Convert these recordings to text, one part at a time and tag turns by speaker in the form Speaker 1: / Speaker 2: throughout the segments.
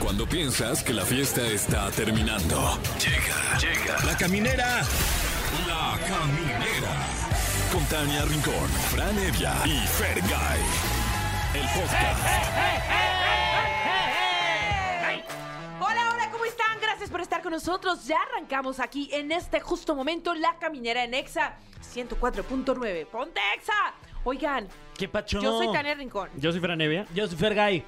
Speaker 1: Cuando piensas que la fiesta está terminando. Llega, llega. La caminera. La caminera. Con Tania Rincón, Fran Evia y Fer El podcast.
Speaker 2: Hola, hola, ¿cómo están? Gracias por estar con nosotros. Ya arrancamos aquí en este justo momento La Caminera en Exa 104.9. ¡Ponte Exa! Oigan,
Speaker 3: ¿Qué pacho?
Speaker 2: yo soy Tania Rincón.
Speaker 3: Yo soy Fran Evia.
Speaker 4: Yo soy Fergay.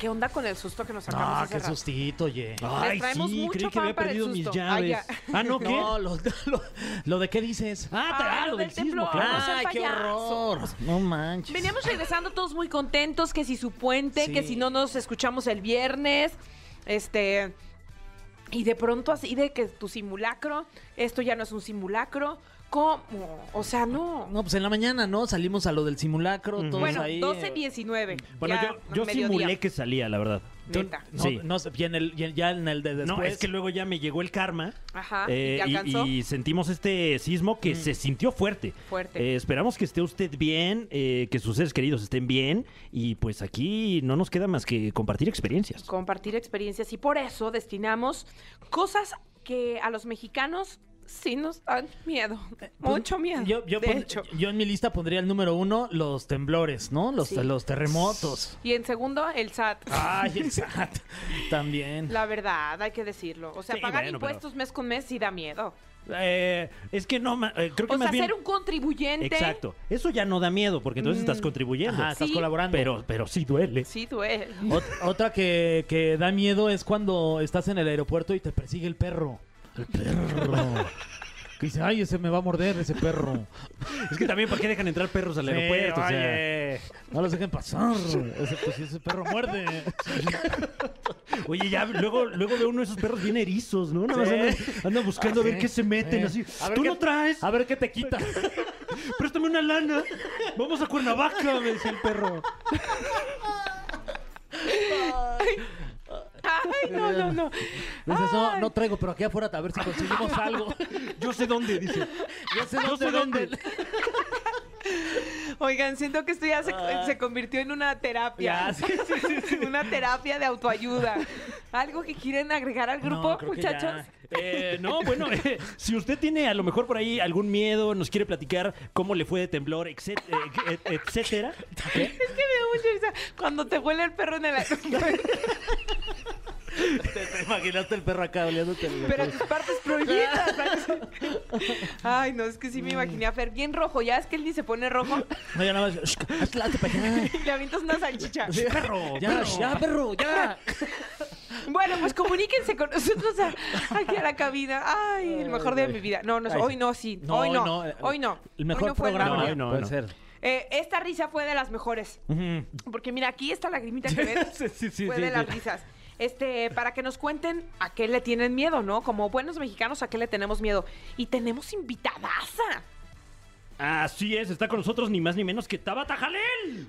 Speaker 2: ¿Qué onda con el susto que nos sacamos
Speaker 3: Ah,
Speaker 2: hace
Speaker 3: qué
Speaker 2: rato?
Speaker 3: sustito, oye.
Speaker 2: Les traemos mucho
Speaker 3: creí que
Speaker 2: pan
Speaker 3: había
Speaker 2: para el
Speaker 3: perdido mis
Speaker 2: susto.
Speaker 3: llaves.
Speaker 2: Ay,
Speaker 3: Ah, ¿no? ¿Qué?
Speaker 4: No, lo, lo- lo de qué dices.
Speaker 3: Ah,
Speaker 2: Ah,
Speaker 3: tra- ah,
Speaker 2: lo
Speaker 3: lo
Speaker 2: del
Speaker 3: del sismo,
Speaker 2: temblor.
Speaker 3: claro.
Speaker 2: No sean
Speaker 4: Ay, qué horror. No manches.
Speaker 2: Veníamos regresando todos muy contentos, que si su puente,
Speaker 4: Sí.
Speaker 2: que si no nos escuchamos el viernes, este... Y de pronto así de que tu simulacro, esto ya no es un simulacro, ¿cómo? O sea, no.
Speaker 4: No, pues en la mañana, ¿no? Salimos a lo del simulacro, todos
Speaker 2: bueno,
Speaker 4: ahí. eh,
Speaker 2: 12.19.
Speaker 3: pues Bueno,
Speaker 2: ya
Speaker 3: yo, yo
Speaker 2: mediodía.
Speaker 3: simulé que salía, la verdad.
Speaker 4: Tú-
Speaker 2: Neta.
Speaker 4: no,
Speaker 3: Sí.
Speaker 4: no sé, y en el, y en- ya en el de después.
Speaker 3: No, es que luego ya me llegó el karma.
Speaker 2: Ajá, ¿y
Speaker 3: eh,
Speaker 2: te alcanzó? Mm.
Speaker 3: y sentimos este sismo que se sintió fuerte.
Speaker 2: Fuerte.
Speaker 3: Eh, esperamos que esté usted bien, eh, que sus seres queridos estén bien. Y pues aquí no nos queda más que compartir experiencias.
Speaker 2: Compartir experiencias y por eso destinamos cosas que a los mexicanos sí nos dan miedo.
Speaker 4: Pues,
Speaker 2: Mucho miedo.
Speaker 4: Yo, yo
Speaker 2: de
Speaker 4: pon-
Speaker 2: hecho.
Speaker 4: yo en mi lista pondría el número uno, los temblores, ¿no? Los,
Speaker 2: Sí.
Speaker 4: los terremotos.
Speaker 2: Y en segundo, el SAT.
Speaker 4: Ay, el SAT. También.
Speaker 2: La verdad, hay que decirlo. O sea,
Speaker 3: Sí,
Speaker 2: pagar
Speaker 3: bueno, pero-
Speaker 2: impuestos mes con mes sí da miedo.
Speaker 3: Eh, es que no, ma- eh, creo que
Speaker 2: O
Speaker 3: más
Speaker 2: sea,
Speaker 3: bien.
Speaker 2: ser un contribuyente
Speaker 3: Exacto. Eso ya no da miedo porque entonces
Speaker 2: Mm.
Speaker 3: estás contribuyendo.
Speaker 4: Ajá, estás
Speaker 2: Sí.
Speaker 4: colaborando.
Speaker 3: Pero, pero sí duele.
Speaker 2: sí duele.
Speaker 4: Ot- otra que, que da miedo es cuando estás en el aeropuerto y te persigue el perro. El perro. Que dice, ay, ese me va a morder ese perro.
Speaker 3: Es que también, ¿por qué dejan entrar perros al
Speaker 4: Sí,
Speaker 3: aeropuerto? O sea,
Speaker 4: oye, No los dejen pasar. Ese, pues, ese perro muerde.
Speaker 3: oye, ya luego, luego veo uno de esos perros bien erizos, ¿no? Nada más
Speaker 4: Sí.
Speaker 3: andan, andan buscando a ver qué se meten,
Speaker 4: Eh,
Speaker 3: así.
Speaker 4: a ver
Speaker 3: Tú
Speaker 4: qué-
Speaker 3: no traes,
Speaker 4: A ver qué te quita.
Speaker 3: préstame una lana. Vamos a Cuernavaca, me dice el perro.
Speaker 2: Ay, no, no, no.
Speaker 4: Dices, no, no traigo, pero aquí afuera a ver si conseguimos algo.
Speaker 3: Yo sé dónde, dice.
Speaker 4: Ya sé
Speaker 3: Yo sé dónde.
Speaker 4: venden.
Speaker 2: Oigan, siento que esto ya se, se convirtió en una terapia.
Speaker 4: Ah. Ya, sí, sí, sí, sí.
Speaker 2: una terapia de autoayuda. ¿Algo que quieren agregar al grupo,
Speaker 4: No, creo que ya.
Speaker 2: muchachos?
Speaker 3: Eh, no, bueno, eh, si usted tiene a lo mejor por ahí algún miedo, nos quiere platicar cómo le fue de temblor, etc- eh, et- etcétera. pues, ¿Qué?
Speaker 2: Es que me da mucha risa cuando te huele el perro en el aeropuerto.
Speaker 4: ¿Te, te imaginaste el perro acá oliéndote el-
Speaker 2: Pero tus partes prohibidas. ¿sabes? Ay, no, es que sí me imaginé a Fer bien rojo. Ya es que él ni se pone rojo
Speaker 4: No, ya nada más. "Shh, hazla, hazte para allá".
Speaker 2: y le avientas una salchicha.
Speaker 3: Perro,
Speaker 4: Ya,
Speaker 3: perro.
Speaker 4: ya, perro, ya.
Speaker 2: Bueno, pues comuníquense con nosotros a- aquí a la cabina. Ay, el mejor día de mi vida. No, no,
Speaker 4: Ay.
Speaker 2: hoy no, sí.
Speaker 4: No,
Speaker 2: hoy no.
Speaker 4: eh,
Speaker 2: Hoy no.
Speaker 4: El mejor
Speaker 2: Hoy no fue el
Speaker 4: programa.
Speaker 2: mejor día.
Speaker 3: hoy no, hoy
Speaker 4: puede
Speaker 3: no.
Speaker 4: ser.
Speaker 2: Eh, esta risa fue de las mejores. Porque mira, aquí esta lagrimita que ves
Speaker 3: Sí, sí, sí,
Speaker 2: fue
Speaker 3: sí,
Speaker 2: de
Speaker 3: sí.
Speaker 2: las risas. Este, para que nos cuenten a qué le tienen miedo, ¿no? Como buenos mexicanos, a qué le tenemos miedo. Y tenemos invitadaza.
Speaker 3: Así es, está con nosotros ni más ni menos que Tabata Jalel.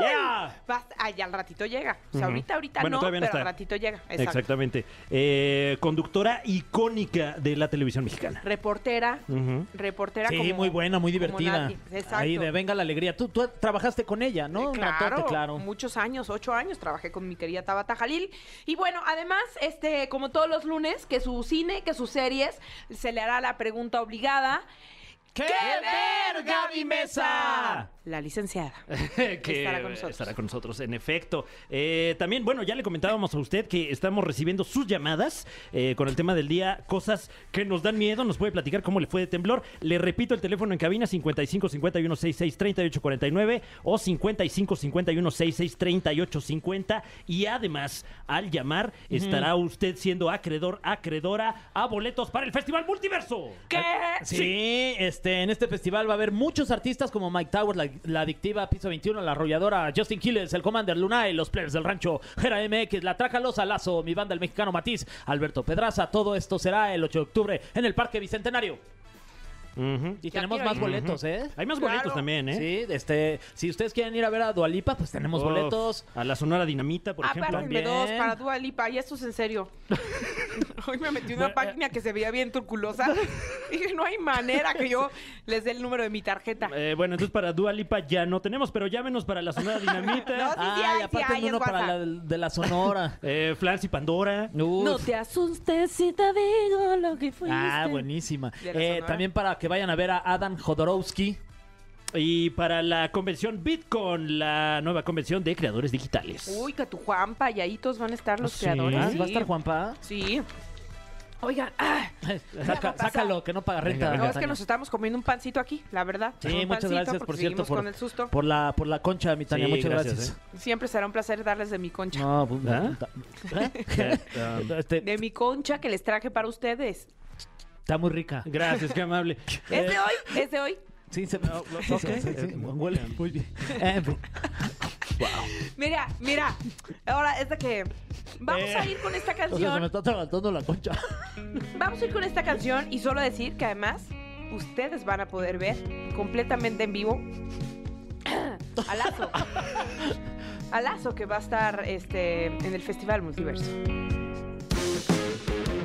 Speaker 3: ¡Yeah!
Speaker 2: Vas, ay, al ratito llega. O sea,
Speaker 3: Ujú.
Speaker 2: ahorita, ahorita
Speaker 3: Bueno,
Speaker 2: no,
Speaker 3: todavía no
Speaker 2: pero al
Speaker 3: está.
Speaker 2: ratito llega. Exacto.
Speaker 3: Exactamente. Eh, conductora icónica de la televisión mexicana.
Speaker 2: Reportera,
Speaker 3: Ujú.
Speaker 2: reportera
Speaker 4: Sí,
Speaker 2: como-
Speaker 4: muy buena, muy
Speaker 2: como
Speaker 4: divertida.
Speaker 2: nadie. Exacto.
Speaker 4: Ahí de Venga la Alegría. Tú, tú trabajaste con ella, ¿no?
Speaker 2: Eh,
Speaker 4: Un
Speaker 2: claro,
Speaker 4: ratote, claro.
Speaker 2: muchos años, ocho años trabajé con mi querida Tabata Jalil. Y bueno, además, este, como todos los lunes, que su cine, que sus series, se le hará la pregunta obligada.
Speaker 4: ¡Qué
Speaker 2: ver,
Speaker 4: Gaby Mesa!
Speaker 2: La licenciada.
Speaker 3: que
Speaker 2: Estará con nosotros.
Speaker 3: estará con nosotros, en efecto. Eh, también, bueno, ya le comentábamos a usted que estamos recibiendo sus llamadas eh, con el tema del día, cosas que nos dan miedo. Nos puede platicar cómo le fue de temblor. Le repito el teléfono en cabina 55 51 66 38 49 o 55 51 66 38 50. Y además, al llamar, estará usted siendo acreedor, acreedora a boletos para el Festival Multiverso.
Speaker 2: ¿Qué?
Speaker 4: Sí, este, en este festival va a haber muchos artistas como Mike Towers, la, la adictiva Piso 21, la arrolladora Justin Quiles, el Commander Lunay, los Players del Rancho, Jera MX, la Tracalosa Lazo, mi banda el mexicano Matiz, Alberto Pedraza. Todo esto será el 8 de octubre en el Parque Bicentenario.
Speaker 3: Ujú.
Speaker 4: Y
Speaker 2: Ya
Speaker 4: tenemos
Speaker 2: quiero
Speaker 4: más
Speaker 2: ir.
Speaker 4: boletos, ¿eh?
Speaker 3: Hay más
Speaker 2: Claro.
Speaker 3: boletos también, ¿eh?
Speaker 4: Sí, este, si ustedes quieren ir a ver a Dualipa, pues tenemos
Speaker 3: Uf,
Speaker 4: boletos.
Speaker 3: A la Sonora Dinamita,
Speaker 2: Ah,
Speaker 3: por ejemplo.
Speaker 2: Apártenme
Speaker 4: también.
Speaker 2: dos para Dua Lipa, y esto es en serio. Hoy me metí en una
Speaker 4: eh,
Speaker 3: Bueno,
Speaker 2: página que se veía bien turculosa y no hay manera que yo les dé el número de mi tarjeta.
Speaker 3: Eh, bueno, entonces para Dualipa ya no tenemos, pero llámenos para la Sonora Dinamita,
Speaker 2: No. sí, hay,
Speaker 4: Ah, y
Speaker 2: sí
Speaker 4: aparte
Speaker 2: hay, es
Speaker 4: uno para la
Speaker 2: WhatsApp.
Speaker 4: de la Sonora.
Speaker 3: eh, Flans y Pandora.
Speaker 4: Uf.
Speaker 2: No te asustes si te digo lo que fuiste.
Speaker 4: Ah, buenísima.
Speaker 2: De la
Speaker 4: Eh,
Speaker 2: Sonora.
Speaker 4: también para que vayan a ver a Adam Jodorowsky.
Speaker 3: Y para la convención Bitcoin, la nueva convención de creadores digitales.
Speaker 2: Uy, que tu Juanpa y ahí todos van a estar los
Speaker 3: Sí.
Speaker 2: creadores.
Speaker 4: Ah,
Speaker 2: sí.
Speaker 4: ¿Va a estar Juanpa?
Speaker 2: Sí. Oigan, ah,
Speaker 4: Saca-
Speaker 2: pasa.
Speaker 4: sácalo, que no paga renta.
Speaker 2: no, es que
Speaker 4: Castaño.
Speaker 2: nos estamos comiendo un pancito aquí, la verdad.
Speaker 4: Sí,
Speaker 2: Un
Speaker 4: muchas
Speaker 2: pancito,
Speaker 4: gracias,
Speaker 2: porque
Speaker 4: por cierto,
Speaker 2: seguimos
Speaker 4: por,
Speaker 2: con el susto.
Speaker 4: por la, por la concha, mi Tania,
Speaker 3: Sí,
Speaker 4: muchas
Speaker 3: gracias, ¿eh?
Speaker 4: gracias.
Speaker 2: Siempre será un placer darles de mi concha.
Speaker 4: No, pues,
Speaker 3: ¿Ah?
Speaker 4: ¿eh?
Speaker 3: Eh, um,
Speaker 4: Este,
Speaker 2: De mi concha que les traje para ustedes.
Speaker 4: está muy rica.
Speaker 3: gracias, qué amable.
Speaker 2: ¿Es de hoy? ¿Es de hoy?
Speaker 4: Sí, se
Speaker 3: ok. Eh,
Speaker 4: Huele muy bien. Eh, en fin.
Speaker 2: Mira, mira. Ahora es de que vamos
Speaker 3: Eh.
Speaker 2: a ir con esta
Speaker 4: O sea, se me
Speaker 2: canción.
Speaker 4: está atragantando la concha.
Speaker 2: Vamos a ir con esta canción y solo decir que además ustedes van a poder ver completamente en vivo a Lazo. A Lazo que va a estar este, en el Festival Multiverso.